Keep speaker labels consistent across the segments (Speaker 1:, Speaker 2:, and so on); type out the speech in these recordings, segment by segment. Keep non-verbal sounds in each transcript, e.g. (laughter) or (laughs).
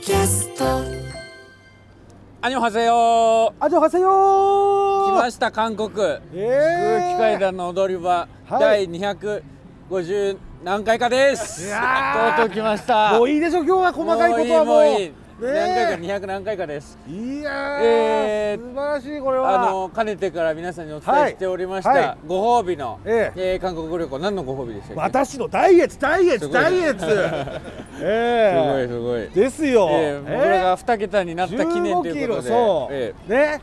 Speaker 1: キャスト
Speaker 2: アニョハセヨ
Speaker 3: あじゃはせよ
Speaker 2: 来
Speaker 3: ー
Speaker 2: ました韓国空
Speaker 3: え
Speaker 2: 気階
Speaker 3: ー、
Speaker 2: 段の踊り場、
Speaker 3: はい
Speaker 2: 第250何回かです
Speaker 3: いやー
Speaker 2: とうとう来ました
Speaker 3: もういいでしょ今日は細かいことはもう
Speaker 2: もういいもういい
Speaker 3: ねえ
Speaker 2: 何回か200何回かです
Speaker 3: いやー、
Speaker 2: えー
Speaker 3: 素晴らしいこれは
Speaker 2: あのかねてから皆さんにお伝えしておりました、
Speaker 3: はいはい
Speaker 2: ご褒美の、
Speaker 3: え
Speaker 2: えー韓国旅行何のご褒美でしたっけ
Speaker 3: 私のダイエットダイエッ
Speaker 2: す
Speaker 3: ト
Speaker 2: ごい
Speaker 3: ダイ
Speaker 2: (laughs)
Speaker 3: エット
Speaker 2: すごいすご
Speaker 3: え
Speaker 2: い
Speaker 3: ー、ですよ、
Speaker 2: えー、僕らが2桁になった記念ということで、
Speaker 3: 15キロそう、
Speaker 2: えー
Speaker 3: ね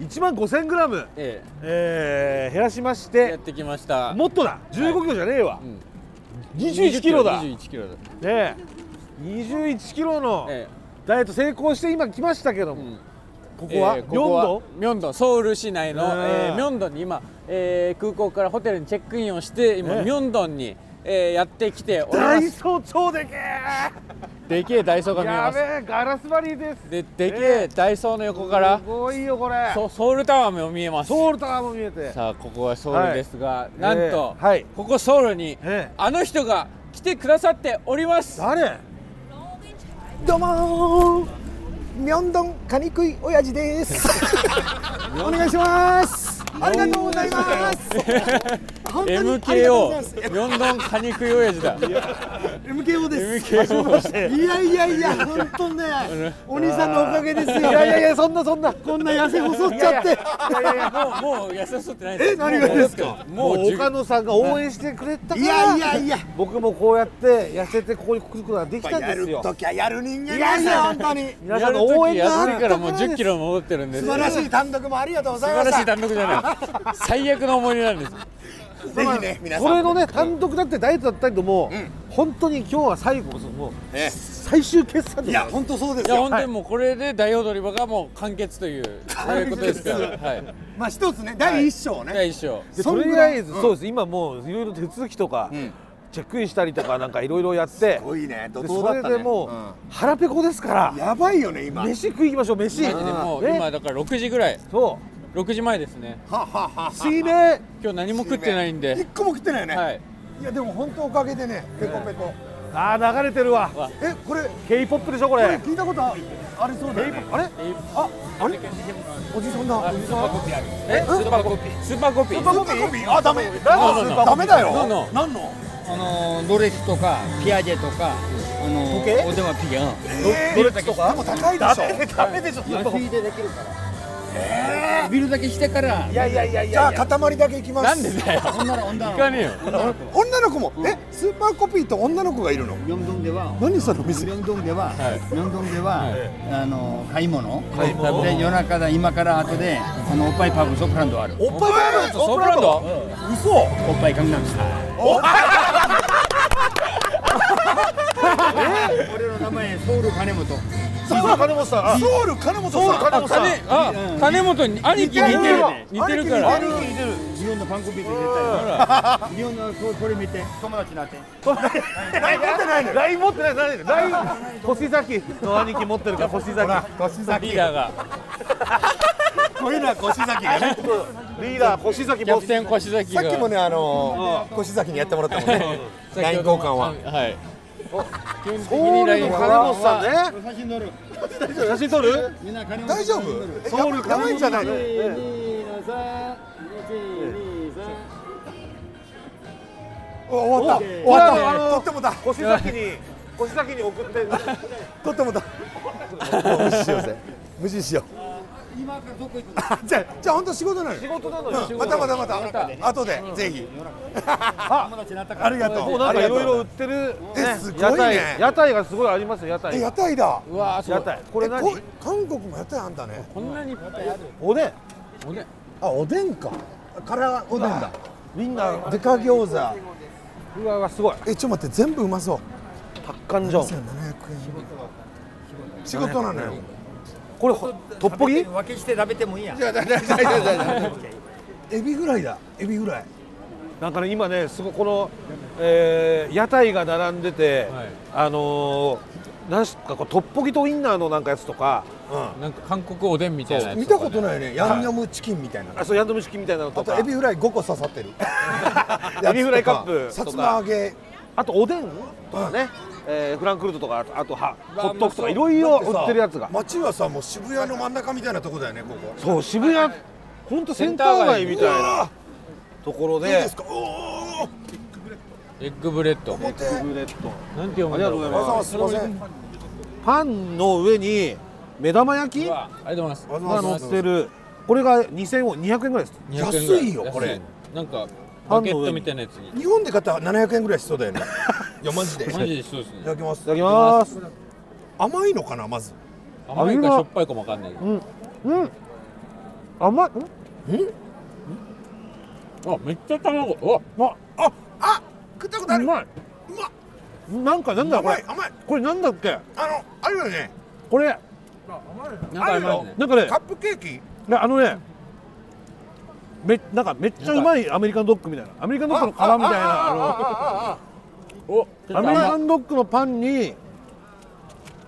Speaker 3: 1万5000グラム、
Speaker 2: え
Speaker 3: えー、減らしまし
Speaker 2: ーやっててきました
Speaker 3: もっとだ15キロじゃねえわ、
Speaker 2: うん
Speaker 3: 21キロだ
Speaker 2: 21キロだ、
Speaker 3: ね21キロの
Speaker 2: え
Speaker 3: ダイエット成功して今来ましたけど
Speaker 2: ー
Speaker 3: も、
Speaker 2: うん
Speaker 3: ここは、
Speaker 2: えー
Speaker 3: 4度
Speaker 2: ミョンドンソウル市内の、
Speaker 3: うん
Speaker 2: えーミョンドンに今、えー空港からホテルにチェックインをして今、
Speaker 3: ね
Speaker 2: ミョンドンに、えーやってきており
Speaker 3: ダ
Speaker 2: ま
Speaker 3: イ
Speaker 2: す
Speaker 3: ソー超でけえ
Speaker 2: でけえダイソーが見え
Speaker 3: (laughs) や
Speaker 2: ま
Speaker 3: べ
Speaker 2: す
Speaker 3: えガラス張りです
Speaker 2: ででけ
Speaker 3: え
Speaker 2: えダイソーの横から
Speaker 3: す、ごいよこれ
Speaker 2: ソソウルタワーも見えます
Speaker 3: ソウルタワーも見えて
Speaker 2: さあここはソウルですが、なんと、
Speaker 3: えーはい
Speaker 2: ここソウルに、
Speaker 3: ええ
Speaker 2: あの人が来てくださっております
Speaker 3: 誰
Speaker 4: どうもーミョンドンカニ食い親父です。お願いします。ありがとうございます。本当にありがとうございま
Speaker 2: MKO
Speaker 4: す
Speaker 2: ミョンドンカニクヨエジだ
Speaker 4: MKO です。
Speaker 2: MKO
Speaker 4: いやいやいや本当ねお兄さんのおかげですよ。い
Speaker 3: いやいやいやそんなそんな
Speaker 4: こんな痩せ細っちゃって。
Speaker 2: いやいやもうもう痩せそうってないです
Speaker 4: え何がです
Speaker 2: かも
Speaker 3: も
Speaker 2: う
Speaker 3: う
Speaker 2: 十
Speaker 3: 岡野さんが応援してくれたから
Speaker 4: いやいや (laughs) いや。
Speaker 3: 僕もこうやって痩せてここに来ることができたん
Speaker 4: や
Speaker 3: です
Speaker 4: る
Speaker 3: よ
Speaker 4: ときはやる人間
Speaker 3: いや
Speaker 4: で
Speaker 3: い
Speaker 4: すよ
Speaker 3: や
Speaker 4: 本当に。
Speaker 3: 皆
Speaker 2: や
Speaker 3: さん
Speaker 2: る
Speaker 3: の応
Speaker 2: 時
Speaker 3: 援があ
Speaker 2: や
Speaker 3: っ
Speaker 2: る
Speaker 3: た
Speaker 2: からもう
Speaker 3: です
Speaker 2: 10キロ戻ってるんです
Speaker 4: 素晴らしい単独もありがとうござ
Speaker 2: 素
Speaker 4: い
Speaker 2: 晴
Speaker 4: ま
Speaker 2: らし
Speaker 4: し
Speaker 2: い
Speaker 4: た。
Speaker 2: 単独じゃない (laughs) 最悪の思い出なんです
Speaker 4: ぜひね皆さん
Speaker 3: そ
Speaker 4: も。
Speaker 3: れのね単独だってダイエットだったけども、
Speaker 4: うん
Speaker 3: 本当に今日は最後もう
Speaker 4: ね
Speaker 3: 最終決算
Speaker 4: い
Speaker 3: で
Speaker 4: や本当そうで
Speaker 2: い
Speaker 4: す
Speaker 2: や
Speaker 4: よ。
Speaker 2: 本当にもうこれで大踊り場がもう完結というそういうことですからはい
Speaker 4: まあ一つね第一章ね。
Speaker 2: 第一章
Speaker 3: で
Speaker 4: そん
Speaker 3: と
Speaker 4: ぐ
Speaker 3: りあ
Speaker 4: らい
Speaker 3: えず、
Speaker 4: うん
Speaker 3: そうです今もういろいろ手続きとか、
Speaker 4: ん
Speaker 3: チェックインしたりとかなんかいろいろやって
Speaker 4: すごいね怒
Speaker 3: で
Speaker 4: 涛
Speaker 3: そ
Speaker 4: だっ
Speaker 3: れ
Speaker 4: たね
Speaker 3: でもう、
Speaker 4: う
Speaker 3: 腹ペコですから
Speaker 4: んやばいよね今
Speaker 3: 飯食い行きましょう飯
Speaker 2: マジでもう
Speaker 3: ね
Speaker 2: 今だから6時ぐらい
Speaker 3: そう
Speaker 2: 6時前ですね
Speaker 3: 水面
Speaker 2: 今日何も食ってないん
Speaker 4: 一
Speaker 2: で
Speaker 4: 個も食ってないよね、
Speaker 2: はい
Speaker 4: い、やでも本当おかげでねペコペコ、
Speaker 3: あー流れてるわ
Speaker 2: わ
Speaker 4: えこれこ
Speaker 3: k p o p でしょこれ
Speaker 4: れ聞いたことありそうだよね
Speaker 3: K-POP あれ
Speaker 4: ああれおじさんだおじさん
Speaker 2: えスーパーコピースーパーコピー
Speaker 4: スーパーコピーあダメ
Speaker 2: なんだ
Speaker 4: ダメだよ
Speaker 2: なんだ
Speaker 4: なんの
Speaker 5: あのドレスとかピアジェとか、あの
Speaker 4: 時計
Speaker 5: おでまピアノ
Speaker 4: どれだけでも高いでしょ
Speaker 3: ダメでしょ
Speaker 5: 安いでできるからビルだけしてから
Speaker 3: いやいやいやい
Speaker 4: じ
Speaker 3: や
Speaker 4: ゃあ塊だけいきます
Speaker 2: なんでだよ
Speaker 5: 女の女
Speaker 2: 行
Speaker 5: の
Speaker 2: かねえよ
Speaker 4: 女の子も、えスーパーコピーと女の子がいるの
Speaker 5: ミョンドンでは
Speaker 4: 何その
Speaker 5: ミ
Speaker 4: 店
Speaker 5: ョンドンでは、
Speaker 2: はい
Speaker 5: ミョンドンでは、あの買い物
Speaker 2: 買い物
Speaker 5: で夜中だ今から後であのおっぱいパブソプランドある
Speaker 3: おっぱいバランス
Speaker 2: ソープランド
Speaker 4: 嘘
Speaker 5: おっぱいガンガンした俺の名前ソウル金本
Speaker 4: (laughs)
Speaker 3: 金本さんあ
Speaker 4: ソウル金本さん
Speaker 3: 金
Speaker 2: あ金あ金本に兄貴似てる似てるから
Speaker 4: 兄貴似てる
Speaker 5: 日本のパンコピーで絶対日本のここれ見て友達になって
Speaker 3: ライン持ってないのライン持ってないラインライン星崎の兄貴持ってるから星崎
Speaker 4: 腰
Speaker 2: リ
Speaker 4: 先
Speaker 2: ーダーが
Speaker 4: こういうのは腰先がね
Speaker 3: リーダー星崎
Speaker 2: キャ
Speaker 3: 持っ
Speaker 2: プ
Speaker 3: て
Speaker 2: テン腰崎
Speaker 4: さ
Speaker 2: が
Speaker 4: っきもねあのー腰崎にやってもらったもんね (laughs) ライン交換は
Speaker 2: はい基本的
Speaker 3: ソ
Speaker 2: に
Speaker 3: ウ
Speaker 2: ライ
Speaker 3: ル
Speaker 2: ン
Speaker 3: の
Speaker 2: 交
Speaker 3: 金
Speaker 2: 換
Speaker 3: 本さんね
Speaker 5: 写真撮る
Speaker 3: 写真撮る
Speaker 5: みんな金本
Speaker 4: 大丈夫え
Speaker 3: ソウル
Speaker 4: やばいんじゃないのお終わった終わった
Speaker 3: あの
Speaker 4: とってもだ
Speaker 3: 星崎に星崎に送って
Speaker 4: とってもだもう無視しようぜ無視しよう
Speaker 5: 今からどこ行く
Speaker 4: あ (laughs) じゃあじゃあ本当仕事なのよ
Speaker 3: 仕事なのよ
Speaker 4: うんまたまたまた後でぜひ
Speaker 5: 友達になったから
Speaker 4: ありがとう
Speaker 3: もうなんかいろいろ売
Speaker 4: ありがとう
Speaker 3: ってる
Speaker 4: え
Speaker 3: ね
Speaker 4: すご
Speaker 3: 屋
Speaker 4: いね
Speaker 3: 台屋台がすごいありますよ屋
Speaker 4: え
Speaker 3: 台
Speaker 4: 屋台だ
Speaker 2: うわーすご
Speaker 3: 屋
Speaker 2: い
Speaker 3: 台これ
Speaker 4: え
Speaker 3: 何
Speaker 4: 韓国も屋台あんだね
Speaker 2: こんなにいっぱいある
Speaker 3: おでん
Speaker 2: おね
Speaker 4: あおでんかからおでんだ
Speaker 3: みんな
Speaker 4: でか餃子
Speaker 3: うわうわすごい
Speaker 4: えちょっと待って全部うまそう
Speaker 3: パッカンジョン
Speaker 4: 1700円仕事なのよ
Speaker 3: これほトッポギ
Speaker 5: 分けして食べてもいいや
Speaker 4: いや大丈夫大丈夫大丈夫エビフライだエビフライ
Speaker 3: なんかね今ねすごいこの、えー屋台が並んでて、
Speaker 2: はい
Speaker 3: あのー、なんすかこうトッポギとウインナーのなんかやつとか
Speaker 2: なんか韓国おでんみたいなやつ
Speaker 4: 見
Speaker 2: と
Speaker 4: た
Speaker 2: かね
Speaker 4: ことないよねヤンニョムチキンみたいなの
Speaker 3: あそうヤンドム式みたいなの
Speaker 4: あ
Speaker 3: と
Speaker 4: と
Speaker 3: か
Speaker 4: エビフライ5個刺 (laughs) さってる
Speaker 3: エビフライカップとか
Speaker 4: さつま揚げ
Speaker 3: あとおでんとかね、えーフランクフルトとかあとあとはホットドッグとかいろいろ売ってるやつが
Speaker 4: 街はさもう渋谷の真ん中みたいなとこだよねここ
Speaker 3: そう渋谷本当センター街みたいなところで
Speaker 4: いいですかおお
Speaker 2: エッグブレッド
Speaker 4: 表
Speaker 3: ブレッド
Speaker 2: なんて読むんだろう
Speaker 3: ありがとうござい
Speaker 4: わ
Speaker 3: ま
Speaker 4: ざわざすいません
Speaker 3: パンの上に目玉焼き
Speaker 2: う
Speaker 3: が
Speaker 2: わありがとうございます
Speaker 4: わざ
Speaker 3: 乗
Speaker 4: わ
Speaker 3: っ
Speaker 4: ざ
Speaker 3: てるこれが2000ウォン200円ぐらいです
Speaker 2: 200円ぐら
Speaker 4: 安いよこれ
Speaker 2: 安なんかバケットみたいなやつに
Speaker 4: 日本で買ったら700円ぐらいしそうだよ (laughs) ねいやマジでい
Speaker 2: マジでそうです
Speaker 4: た
Speaker 2: ね
Speaker 4: だきま
Speaker 3: い
Speaker 4: す
Speaker 3: ただきます
Speaker 4: 甘いのかなまず
Speaker 2: 甘いかし
Speaker 3: 味が
Speaker 2: ょっぱいかもわかんないけど
Speaker 3: うん甘いん
Speaker 2: あめっちゃ卵うわ
Speaker 3: あ
Speaker 4: ああ食ったことあ
Speaker 3: う
Speaker 4: る
Speaker 3: まいう
Speaker 4: まっ
Speaker 3: なんかなんだこ
Speaker 4: 甘い
Speaker 3: れ
Speaker 4: 甘い
Speaker 3: これなんだっけ
Speaker 4: あのあるよね
Speaker 3: これ
Speaker 2: なんか甘いね
Speaker 3: なんかね
Speaker 4: カップケーキ
Speaker 3: ねあのねめなんかめっちゃうまいアメリカンドッグみたいなアメリカンドッグの皮みたいなあの
Speaker 2: おちょ
Speaker 3: ア
Speaker 2: っ
Speaker 3: メ
Speaker 2: と
Speaker 3: リカ
Speaker 2: 甘い
Speaker 3: ンドッグのパンに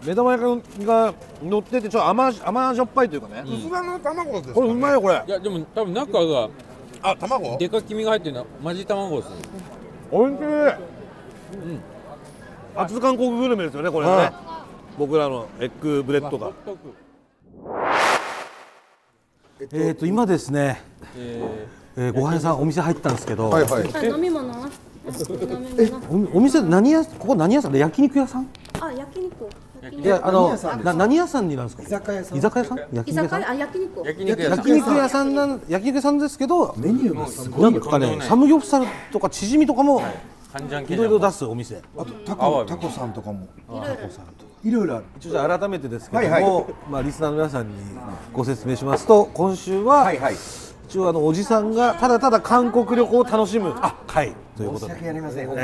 Speaker 3: 目玉焼きが乗っててちょっと甘甘じょっぱいというかね、
Speaker 4: 薄葉の卵ですかね
Speaker 3: これうまいよこれ
Speaker 2: いやでも多分中が
Speaker 4: あ卵
Speaker 2: でか黄身が入ってるのはマジ卵ですね
Speaker 3: おいしい、初韓国グルメですよねこれね、僕らのエッグブレッドが
Speaker 6: えー、と今ですね、えーごはん屋さんお店入ったんですけど、
Speaker 4: はいはい
Speaker 7: あ飲み物は飲み物
Speaker 6: おお店何屋ここ何屋さんで焼肉屋さん
Speaker 7: あ焼肉焼
Speaker 6: いや
Speaker 7: 肉
Speaker 6: あの
Speaker 5: 何屋さんです
Speaker 6: な何屋さんになんですか
Speaker 5: 居酒屋さん
Speaker 6: 居酒屋さん焼
Speaker 7: 居
Speaker 6: 肉屋
Speaker 7: 酒
Speaker 6: さん
Speaker 7: 屋あ焼肉
Speaker 2: 焼肉屋さん
Speaker 6: 焼肉屋さんなん焼肉屋さんですけど
Speaker 5: メニューがすご
Speaker 6: ないんかねサムギョプサルとかチヂミとかも
Speaker 2: 半ジャン
Speaker 6: い
Speaker 2: 系
Speaker 6: ろい
Speaker 2: じ
Speaker 6: ろ出すお店
Speaker 5: あとタコタコさんとかもいろいろある
Speaker 6: ちょっと改めてですけども、
Speaker 5: はいは
Speaker 6: まあ、リスナーの皆さんにご説明しますと今週は、
Speaker 5: はいはい
Speaker 6: 一応あのおじさんがただただ韓国旅行を楽しむ会というこ
Speaker 5: 申
Speaker 6: と
Speaker 5: し
Speaker 6: で、
Speaker 5: 訳ありません本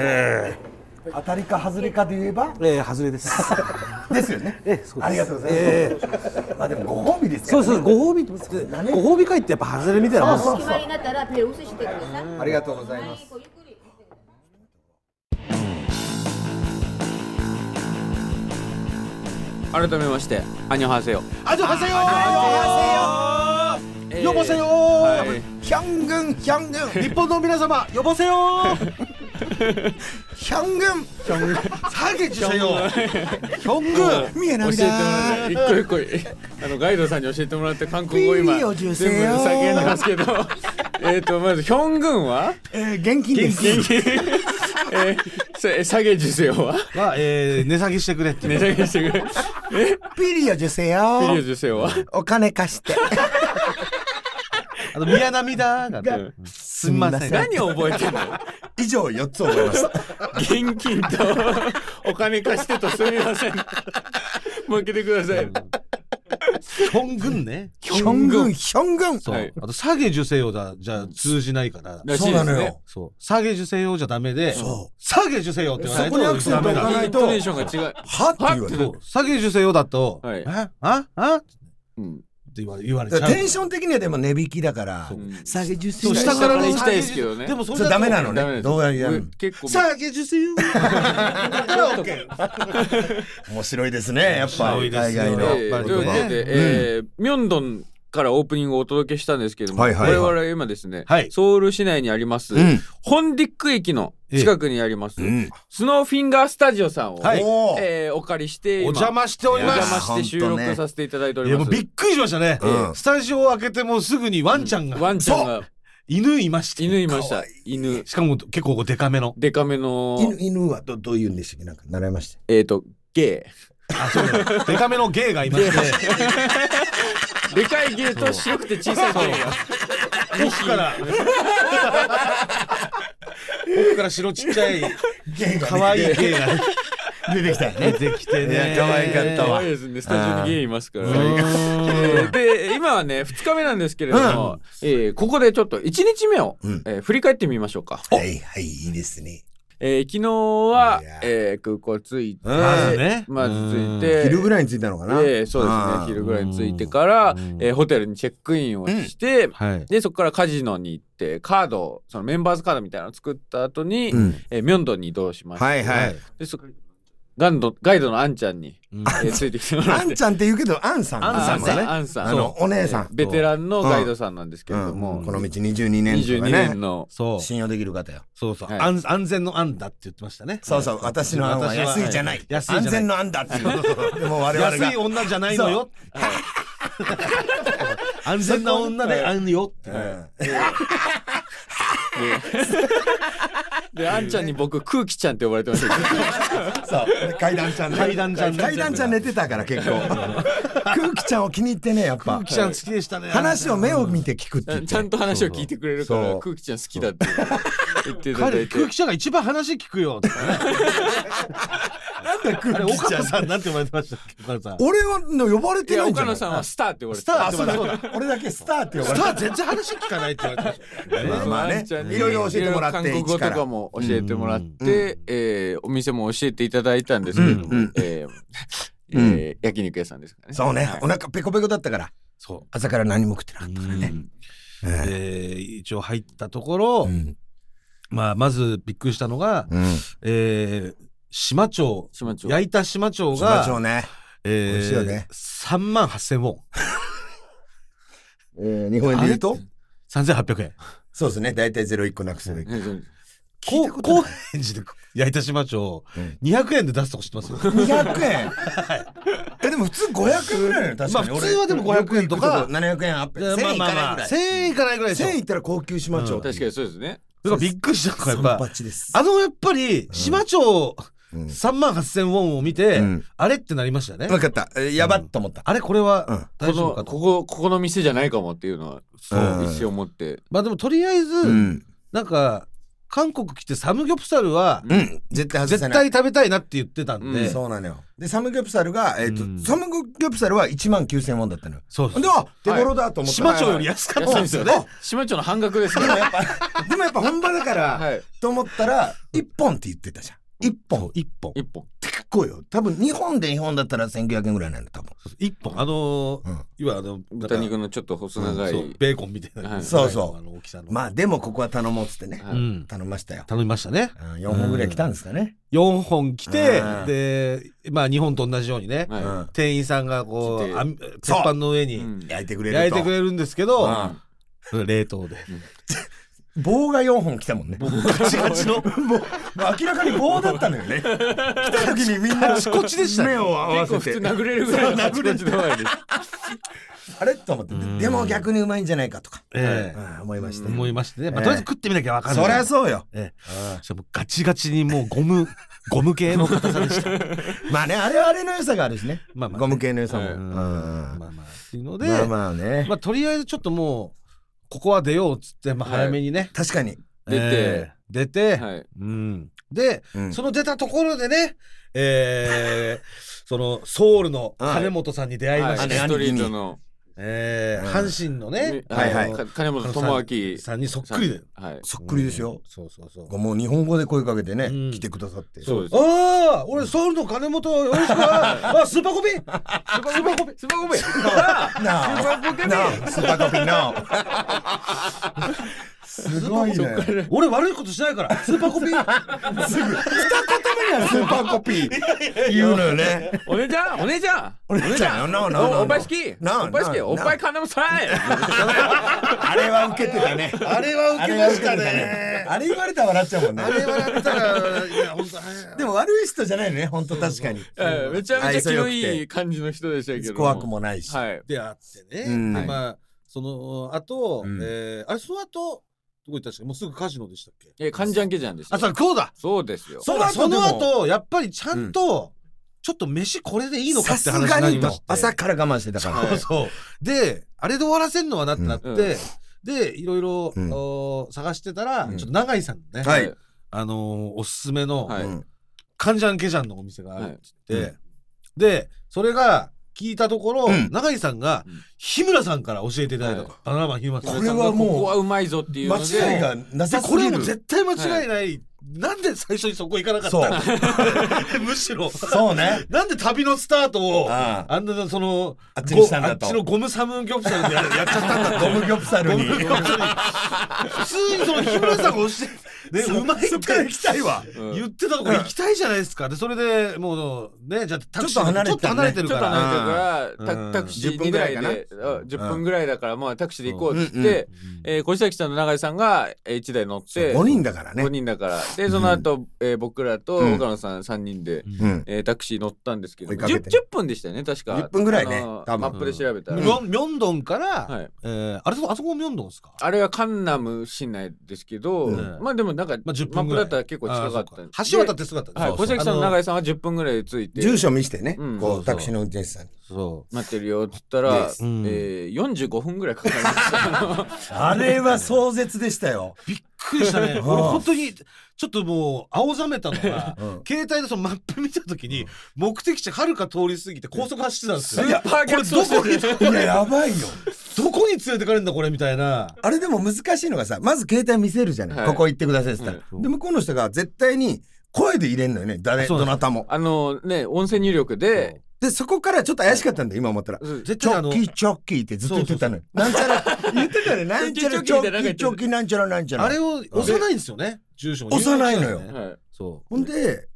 Speaker 5: 当に当たりか外れかで言えば
Speaker 6: えー、外れです。
Speaker 5: (laughs) ですよね
Speaker 6: ええそうです
Speaker 5: ありがとうございます、まあでもご褒美ですか
Speaker 6: そう
Speaker 5: ら
Speaker 6: そうご褒美ってご褒美会ってやっぱ外れみたいなもんです
Speaker 7: お決まりになったら手を薄してください
Speaker 5: ありがとうございます
Speaker 7: ごゆっくり
Speaker 2: 改めましてアニョハセヨ
Speaker 5: あじゃあはせよ
Speaker 2: よこせよはい
Speaker 5: ヒャングンヒャングン
Speaker 6: 日本の皆様呼ばせよ
Speaker 5: ヒャングン下げちゃよ
Speaker 6: ヒョング
Speaker 5: 見えな
Speaker 2: 教え
Speaker 5: い
Speaker 2: ても
Speaker 5: な
Speaker 2: らって一個一個あのガイドさんに教えてもらって韓国語今
Speaker 5: ビー
Speaker 2: 全
Speaker 5: を
Speaker 2: 部
Speaker 5: 重生よ
Speaker 2: 叫んでますけどえっとまずヒョン軍は
Speaker 5: えー、現金です
Speaker 2: 元気えー、さ下げ受精は
Speaker 6: は、えー、値下げしてくれって
Speaker 2: 値下げしてくれえ
Speaker 5: ピリオ受精
Speaker 2: ピリオ
Speaker 5: よ
Speaker 2: 受精は
Speaker 5: お金貸して
Speaker 6: あの宮涙がすみません
Speaker 2: 何を覚えてんの
Speaker 4: 以上4つ覚えました
Speaker 2: 現金とお金貸してとすみません負けてください
Speaker 6: ヒョングンね
Speaker 5: ヒョングンヒョングン
Speaker 6: そう、
Speaker 2: はい
Speaker 6: あと下げ受精用だじゃあ通じないから
Speaker 2: らし
Speaker 4: そ
Speaker 2: いうで
Speaker 4: な
Speaker 2: す
Speaker 4: の
Speaker 2: ね
Speaker 4: よ
Speaker 6: そう下げ受精用じゃダメで
Speaker 4: そ
Speaker 6: 下げ受精用って言わない
Speaker 4: そこにアクセント
Speaker 6: とダメな
Speaker 4: 置か
Speaker 6: の
Speaker 4: ない
Speaker 2: イントネーションが違う
Speaker 4: はって言われ
Speaker 6: そう下げ受精用だと、
Speaker 2: はい
Speaker 6: あああって
Speaker 2: うん
Speaker 6: 言われ言われちゃ
Speaker 4: る
Speaker 6: う
Speaker 4: テンション的にはでも値引きだから下げ10
Speaker 6: そう
Speaker 4: し
Speaker 6: 下からの
Speaker 2: 下から行きたいですけどね
Speaker 6: でもそれ
Speaker 4: そ
Speaker 6: だ
Speaker 4: れ
Speaker 6: と
Speaker 4: ダメなの
Speaker 2: ダメで
Speaker 4: ね
Speaker 2: す
Speaker 4: どうやるやる
Speaker 2: 結構
Speaker 6: 下げ受精用
Speaker 4: 面白いですねやっぱ
Speaker 6: 面白いで
Speaker 4: 海
Speaker 6: すよ
Speaker 4: 外の
Speaker 6: やっ
Speaker 2: え
Speaker 6: ぱ
Speaker 2: ー
Speaker 6: り
Speaker 2: というわけ
Speaker 6: ね
Speaker 2: で、えーミョンドンからオープニングをお届けしたんですけども、
Speaker 4: はいはいはい
Speaker 2: 我々は今ですね、
Speaker 6: はい
Speaker 2: ソウル市内にあります、
Speaker 4: ん
Speaker 2: ホンディック駅の近くにあります、
Speaker 4: ん
Speaker 2: スノーフィンガースタジオさんを、
Speaker 6: はい
Speaker 4: おー
Speaker 2: えーお借りして
Speaker 6: お
Speaker 2: 今
Speaker 6: 邪魔しており
Speaker 2: お
Speaker 6: ま
Speaker 2: 邪
Speaker 6: す
Speaker 2: 魔して収
Speaker 4: ほんと
Speaker 2: 録
Speaker 4: ね
Speaker 2: させていただいてお
Speaker 6: い
Speaker 2: り
Speaker 6: や
Speaker 2: ま
Speaker 6: もう
Speaker 2: す。
Speaker 6: びっくりしましたね、
Speaker 4: うん
Speaker 6: スタジオを開けてもうすぐにワンちゃんが、
Speaker 2: ワンちゃんが
Speaker 6: 犬いまして
Speaker 2: 犬いました。犬。
Speaker 6: しかも結構デカめの
Speaker 2: デカめの、
Speaker 5: 犬犬はどどういうんでしたっけなんか習いました
Speaker 2: えっ、と、ゲ
Speaker 6: あそうだデカめのゲイがいまして (laughs)
Speaker 2: ー。でかいゲーと白くて小さいゲーが。
Speaker 6: 奥から奥から白ちっちゃい可愛いゲイが
Speaker 4: 出てきたよ
Speaker 6: 出てきてね
Speaker 4: いや可愛かった
Speaker 2: 可
Speaker 4: わ
Speaker 2: 愛いですね。スタジオにゲーいますから。えーで、今はね、2日目なんですけれども、えーここでちょっと1日目を、
Speaker 4: ん
Speaker 2: えー振り返ってみましょうか。
Speaker 4: はいはいいいですね
Speaker 2: えー昨日は
Speaker 4: いや、
Speaker 2: えー空港着いて、
Speaker 4: まず
Speaker 6: ね
Speaker 2: まず着いて、
Speaker 4: 昼ぐらいに着いたのかな
Speaker 2: えーそうです
Speaker 4: あ
Speaker 2: ね
Speaker 4: ー
Speaker 2: 昼ぐらいに着いてから
Speaker 6: うん、
Speaker 2: えーホテルにチェックインをして、
Speaker 6: はい
Speaker 2: でそこからカジノに行ってカードをそのメンバーズカードみたいなのを作った後に、
Speaker 4: うん
Speaker 2: えーミョンドンに移動しました、
Speaker 4: はいはい
Speaker 2: でそガンドガイドのあんちゃんに、えーついてきてもら
Speaker 4: あ
Speaker 2: って
Speaker 4: んちゃんって言うけど、あんさん。
Speaker 2: あんさんねあんさん
Speaker 4: あの、お姉さん。
Speaker 2: ベテランのガイドさんなんですけれ
Speaker 4: う
Speaker 2: ど
Speaker 4: ん、
Speaker 2: も、
Speaker 4: この道22年と
Speaker 2: 22
Speaker 4: か
Speaker 2: 年
Speaker 4: ね。
Speaker 2: の、
Speaker 8: そう
Speaker 4: 信用できる方よ。
Speaker 8: そうそう、
Speaker 2: はい
Speaker 8: 安安全の安だって言ってましたね
Speaker 4: そうそう、私の案は
Speaker 8: 私は
Speaker 4: 安いじゃない。
Speaker 8: 安いじ
Speaker 4: 安
Speaker 8: ゃない
Speaker 4: 全の案だっ
Speaker 2: (laughs)
Speaker 4: ていう。でも我々
Speaker 8: 安
Speaker 4: が
Speaker 8: い。女じゃないのよ (laughs) 安全な女であんよって
Speaker 4: うん
Speaker 2: (laughs) であんちゃんに僕空気ちゃんって呼ばれてましたけど
Speaker 4: (laughs) そう、階段ちゃんね。
Speaker 8: 階段ちゃんね
Speaker 4: 階段ちゃん寝てたから結
Speaker 2: (laughs)
Speaker 4: 構。空気ちゃんを気に入ってね、やっぱ。
Speaker 8: キちゃん好きでしたね
Speaker 4: 話を目を見て聞くって言って
Speaker 2: ちゃんと話を聞いてくれるか
Speaker 4: そ
Speaker 2: ら
Speaker 4: う
Speaker 2: 空気ちゃん好きだって言っていただ
Speaker 8: 彼
Speaker 2: いて
Speaker 8: 空気ちゃんが一番話聞く (laughs) よってねあれ岡野さんなんて言われてましたっけ岡野さん
Speaker 4: 俺は呼ばれ
Speaker 2: い
Speaker 4: て
Speaker 2: や
Speaker 4: ないんじ
Speaker 2: 岡
Speaker 4: ゃな
Speaker 2: 野
Speaker 4: い
Speaker 2: さんはスターって呼ばれてた
Speaker 4: あそうだそうだ俺だけスターって呼ばれ
Speaker 8: ス
Speaker 4: て
Speaker 8: ター全然話聞かないって言われてました (laughs) よね
Speaker 4: まあまあね
Speaker 2: んちゃんに
Speaker 4: いろいろ教えてもらって
Speaker 2: いろいろ韓国語とかも教えてもらっ
Speaker 4: 一から
Speaker 2: て、えーお店も教えていただいたんですけれども、
Speaker 4: うんうん
Speaker 2: えー
Speaker 4: うん
Speaker 2: えー焼肉屋さんですからね。
Speaker 4: そうね
Speaker 2: はい、
Speaker 4: お腹ペコペコだったから
Speaker 8: そ
Speaker 4: 朝から何も食ってなか
Speaker 8: う
Speaker 4: っ
Speaker 8: う
Speaker 4: た
Speaker 8: ん
Speaker 4: ね
Speaker 8: で一応入ったところ、
Speaker 4: うん
Speaker 8: まあ、まずびっくりしたのが、
Speaker 4: うん
Speaker 8: えー、島町
Speaker 2: 島町
Speaker 8: 焼いた島町
Speaker 4: 島
Speaker 8: が
Speaker 4: 町ね美
Speaker 8: え
Speaker 4: 味しいよね
Speaker 8: 3万8000ウォン
Speaker 4: えー日本円で言うと
Speaker 8: 3800円
Speaker 4: そうですね大体01個なくすべき聞いた
Speaker 8: こ
Speaker 4: こ
Speaker 8: う
Speaker 4: と
Speaker 8: 高
Speaker 4: ない
Speaker 8: 円寺で (laughs) 焼いた島
Speaker 4: う
Speaker 8: 町
Speaker 4: ん
Speaker 8: 200円で出すとこ知ってます
Speaker 4: 200円えでも普通500円ぐらいの確かに
Speaker 8: まあ普通はでも500円とか
Speaker 4: よく行くとこ700円アップ1000円いかないぐらい
Speaker 8: 1000円いかないぐらいでしょ
Speaker 4: 1000円いったら高級島町
Speaker 2: 確かにそうですね。
Speaker 8: だからびっくりしたのがやっ
Speaker 4: 三
Speaker 8: ぱ
Speaker 4: 八です
Speaker 8: あのやっぱり島町
Speaker 4: うん
Speaker 8: 3万8000ウォンを見て、
Speaker 4: うん
Speaker 8: あれってなりましたね、
Speaker 4: 分かったえーやばっと思った
Speaker 8: あれこれは
Speaker 2: こ
Speaker 8: 大丈夫
Speaker 2: のこ
Speaker 8: か、
Speaker 2: とこここの店じゃないかもっていうのはそう一瞬思って。
Speaker 8: まあでもとりあえず、
Speaker 4: うん
Speaker 8: なんか韓国来てサムギョプサルは
Speaker 4: うん絶対外せな
Speaker 8: 絶
Speaker 4: い
Speaker 8: 対食べたいなって言ってたんで、
Speaker 2: うん
Speaker 4: そうなのよでサムギョプサルが、えーと
Speaker 8: うん
Speaker 4: サムギョプサルは1万9000ウォンだったのよ
Speaker 8: そうそう
Speaker 4: であ手頃だと思った、
Speaker 8: 島町より安かっ
Speaker 2: 安
Speaker 8: た
Speaker 2: い
Speaker 8: ん
Speaker 2: で
Speaker 8: で
Speaker 2: す
Speaker 8: すよ
Speaker 2: よ
Speaker 8: ね、
Speaker 2: ね。島町の半額ですから。
Speaker 4: でもやっぱ本場だから、
Speaker 8: (laughs)
Speaker 2: はい。
Speaker 4: と思ったら1本って言ってたじゃん1本
Speaker 8: 一本
Speaker 2: 一本。
Speaker 4: 結構よ多分日本で日本だったら1900円ぐらいなんだ多分
Speaker 8: 一本あのー
Speaker 4: うん
Speaker 8: 今あの
Speaker 2: 豚肉のちょっと細長い。
Speaker 8: そうベーコンみたいな、
Speaker 2: はい
Speaker 4: そうそう
Speaker 8: あの大きさの
Speaker 4: まあでもここは頼もうっつってね、
Speaker 2: はい
Speaker 8: うん
Speaker 4: 頼みましたよ、
Speaker 8: 頼みましたね
Speaker 4: うん、4本ぐらい来たんですかね、
Speaker 8: 4本来て
Speaker 4: うん
Speaker 8: でまあ日本と同じようにね、
Speaker 4: う
Speaker 2: はい
Speaker 4: ん
Speaker 8: 店員さんがこ
Speaker 2: 来
Speaker 8: う
Speaker 2: て
Speaker 8: あん鉄板の上
Speaker 2: う
Speaker 8: に
Speaker 2: ん
Speaker 4: 焼いてくれると
Speaker 8: 焼いてくれるんですけど、
Speaker 4: うん
Speaker 8: 冷凍で
Speaker 4: 棒が4本来たもんね
Speaker 8: ガチガチの
Speaker 4: 明らかに棒だったのよね来た時にみんなこちでした目を合わ
Speaker 2: 結
Speaker 4: せ
Speaker 2: 構普
Speaker 4: て
Speaker 2: 通殴れるぐらいのあちこちの前に。
Speaker 4: あれと思って
Speaker 8: ん
Speaker 4: でも逆にうまいんじゃないかとか、
Speaker 8: ええ
Speaker 4: うん思いましたよ
Speaker 8: 思いましてね、ま
Speaker 4: ええ
Speaker 8: あ、とりあえず食ってみなきゃ分かんない
Speaker 4: そりゃそうよ
Speaker 8: ええ、そしたらもうガチガチにもうゴムゴム系の硬さでした
Speaker 4: まあねあれはあれの良さがあるしね
Speaker 8: まあまあ
Speaker 4: ゴム系の良さも、
Speaker 2: はい
Speaker 4: うん
Speaker 8: まあまあっていうので、
Speaker 4: ま
Speaker 8: ま
Speaker 4: あ
Speaker 8: あ
Speaker 4: まあね、
Speaker 8: とりあえずちょっともうここは出ようっつって、まあ、
Speaker 2: はい
Speaker 8: 早めにね、
Speaker 4: 確かに、
Speaker 2: 出て
Speaker 8: ええ出て、
Speaker 2: はい。
Speaker 8: うん、で、
Speaker 4: うん
Speaker 8: その出たところでねえー
Speaker 4: (laughs)
Speaker 8: そのソウルの金本さんに出会いまして、
Speaker 2: はいストリートの。
Speaker 8: えー
Speaker 4: うん
Speaker 8: 阪神のね、
Speaker 4: はいはい
Speaker 8: あの
Speaker 2: か金本智明
Speaker 8: さんにそっくりだよ。
Speaker 2: はい。
Speaker 4: そっくりですよ、
Speaker 8: そうそうそう。
Speaker 4: もう日本語で声かけてね、
Speaker 8: うん
Speaker 4: 来てくださって
Speaker 2: そうです。
Speaker 8: ああ、俺ソウルの金本よろしく
Speaker 4: (laughs)
Speaker 8: な。あ、スーパーコピー。
Speaker 2: スパコペスパコペ
Speaker 4: なあなあスーパーコピーなあすごいね
Speaker 8: 俺悪いことしないから。スーパ
Speaker 4: (laughs)
Speaker 8: ーコピー。
Speaker 4: スーパーコピー言うのよね
Speaker 2: お姉ちゃんお姉ちゃん
Speaker 4: お姉ちゃんなあなあなあ
Speaker 2: おおっぱい好き
Speaker 4: なあ
Speaker 2: おっぱい好き
Speaker 4: なあ
Speaker 2: おっぱい金本さん
Speaker 4: あれは受けてたね
Speaker 8: あれは受けましたね。
Speaker 4: あれ言われたら笑っちゃうもんね
Speaker 8: あれはだったらいや本当はい
Speaker 4: でも悪い人じゃないのね本当確かに
Speaker 2: ええめちゃめちゃ気のいい
Speaker 4: 愛
Speaker 2: 感じの人でしたけ
Speaker 4: 想よく
Speaker 2: ど
Speaker 4: て怖くもないし、
Speaker 2: はい
Speaker 8: 出会ってね。
Speaker 4: うん
Speaker 8: でまあそのあと、
Speaker 4: うん
Speaker 8: えーあれその後どこ行ったんですか。もうすぐカジノでしたっけ。
Speaker 2: えカンジャンケジャンです
Speaker 8: あ、そう
Speaker 2: よ
Speaker 8: だこうだ。
Speaker 2: そうですよ
Speaker 8: そうだそ
Speaker 4: で
Speaker 8: の
Speaker 4: も
Speaker 8: 後やっぱりちゃんと、ちょっと飯これでいいの
Speaker 4: さ
Speaker 8: かって
Speaker 4: す
Speaker 8: 話に
Speaker 4: が
Speaker 8: なり
Speaker 4: に
Speaker 8: ま
Speaker 4: と
Speaker 8: して
Speaker 4: 朝から我慢してたから、
Speaker 8: そうそう。で、あれで終わらせんのはなってなって、
Speaker 2: うん
Speaker 8: で、いろいろ、
Speaker 4: うん
Speaker 8: おー探してたら、
Speaker 4: うん
Speaker 8: ちょっと永井さんのね、
Speaker 4: はい
Speaker 8: あのーおすすめの、
Speaker 2: はい
Speaker 4: うん
Speaker 8: カンジャンケジャンのお店があるって言って、
Speaker 4: はい
Speaker 8: で、それが聞いたところ、
Speaker 4: うん
Speaker 8: 永井さんが
Speaker 2: うん、
Speaker 8: 日村さんから教えていただいたと、
Speaker 2: は
Speaker 8: バナナマン日村さん。
Speaker 4: これはもう
Speaker 2: ここはうまいぞっていうの
Speaker 4: 間違い
Speaker 2: で
Speaker 4: がな
Speaker 8: で
Speaker 4: さす
Speaker 8: こ
Speaker 4: ぎ
Speaker 8: れ
Speaker 4: る
Speaker 8: も絶対間違いないっなんで最初にそこ行かなかったの (laughs) むしろ。
Speaker 4: そうね。
Speaker 8: なんで旅のスタートを、
Speaker 4: あ
Speaker 8: あ
Speaker 4: あ
Speaker 8: んなのその、
Speaker 4: あっちにしたんだと
Speaker 8: ごあっちのゴムサムギョプサ
Speaker 4: (laughs)
Speaker 8: ルでややっちゃったんだと。
Speaker 4: ゴムギョプサルに。
Speaker 8: 普通にその日村さんが
Speaker 4: (laughs)
Speaker 8: 押して、ね、うまいって
Speaker 4: そっから行きたいわ。
Speaker 8: 言ってたとこ行きたいじゃないですか。で、それでもう、ね、じゃあタクシー
Speaker 4: ちょっと離れてたね
Speaker 8: ちょっと離れてる
Speaker 2: ちょ
Speaker 8: か
Speaker 2: っと
Speaker 8: ら。
Speaker 2: 離れてるから、
Speaker 8: うん
Speaker 2: タタクシ
Speaker 4: 10
Speaker 2: ー
Speaker 4: 分
Speaker 2: 2
Speaker 4: ぐら
Speaker 2: 台
Speaker 4: いかな
Speaker 2: であ10
Speaker 4: うん
Speaker 2: 分ぐらいだから、まあタクシーで行こうっつって、
Speaker 4: うんうん
Speaker 2: えー小石崎さんと永井さんが1台乗って
Speaker 4: 5人だから
Speaker 2: 5
Speaker 4: ね。
Speaker 2: 人だからでその後、えー僕らと
Speaker 4: うん
Speaker 2: 岡野さん3人で、
Speaker 4: うん。
Speaker 2: えータクシー乗ったんですけど
Speaker 4: 追い
Speaker 2: 10,
Speaker 4: かけて
Speaker 2: 10分でしたよね確か
Speaker 4: 10分ぐらいね
Speaker 2: あのー
Speaker 4: 多分
Speaker 2: マップで調べたら、
Speaker 8: ミョンミョンドンから、
Speaker 2: はい
Speaker 8: えーあれそこあそこもミョンドンですか
Speaker 2: あれはカンナム市内ですけど、
Speaker 8: うん
Speaker 2: まあでもなんか、
Speaker 8: まあ10分
Speaker 2: マッ
Speaker 8: ぐ
Speaker 2: プ
Speaker 8: ら
Speaker 2: だ
Speaker 8: い
Speaker 2: ったら結構近かった
Speaker 8: あ
Speaker 2: ん
Speaker 8: ー
Speaker 2: で
Speaker 8: そうか橋渡ってすごかったね
Speaker 2: はい、
Speaker 8: そ
Speaker 2: 小
Speaker 8: うそう
Speaker 2: 石崎さんと
Speaker 8: あの
Speaker 2: 永井さんは10分ぐらいで着いて
Speaker 4: 住所見してね。
Speaker 2: うん
Speaker 4: こ
Speaker 8: そう
Speaker 4: う、
Speaker 8: そう
Speaker 4: タクシーの運転手さんに。
Speaker 8: そ
Speaker 2: 待ってるよっつったら、
Speaker 4: です
Speaker 8: うん
Speaker 2: えー、45分ぐらいかかりました。
Speaker 4: あれは壮絶でした (laughs) よ。
Speaker 8: うびっくりしたね俺本当にちょっともう青ざめたのが、
Speaker 4: うん
Speaker 8: 携帯でそのマップ見た時に、目的地はるか通り過ぎて高速走ってたんですよ、
Speaker 2: スーパー
Speaker 8: これ
Speaker 2: 逆走
Speaker 8: ど
Speaker 2: して
Speaker 8: こ
Speaker 2: る
Speaker 8: に
Speaker 4: いや、やばいよ。
Speaker 8: どこに連れてかれるんだこれみたいな
Speaker 4: あれでも難しいのがさ、まず携帯見せるじゃない。
Speaker 2: はい
Speaker 4: ここ行ってくださいって言ったら。で、向こうの人が絶対に声で入れんのよね。誰、
Speaker 8: そう
Speaker 4: ど
Speaker 8: です
Speaker 4: なたも。
Speaker 2: あのね、音声入力で、
Speaker 4: で、そこからちょっと怪しかったんだよ、今思ったら。
Speaker 2: うん
Speaker 8: 絶
Speaker 4: チョ
Speaker 8: 対あの
Speaker 4: ッキーチョッキーってずっと言ってたのよ。なんちゃら、言ってたね。なんちゃらチ
Speaker 2: チョッキー
Speaker 4: ョッキ
Speaker 2: ってなんか言っ
Speaker 4: ー、
Speaker 2: て
Speaker 4: チ
Speaker 2: た
Speaker 4: ョッキーなんちゃらなんちゃ
Speaker 8: あ
Speaker 4: ら
Speaker 8: れ。を押さないんですよね住所も
Speaker 4: 押さないのよ
Speaker 8: 入力しね
Speaker 2: はい
Speaker 8: そ
Speaker 4: ほんで、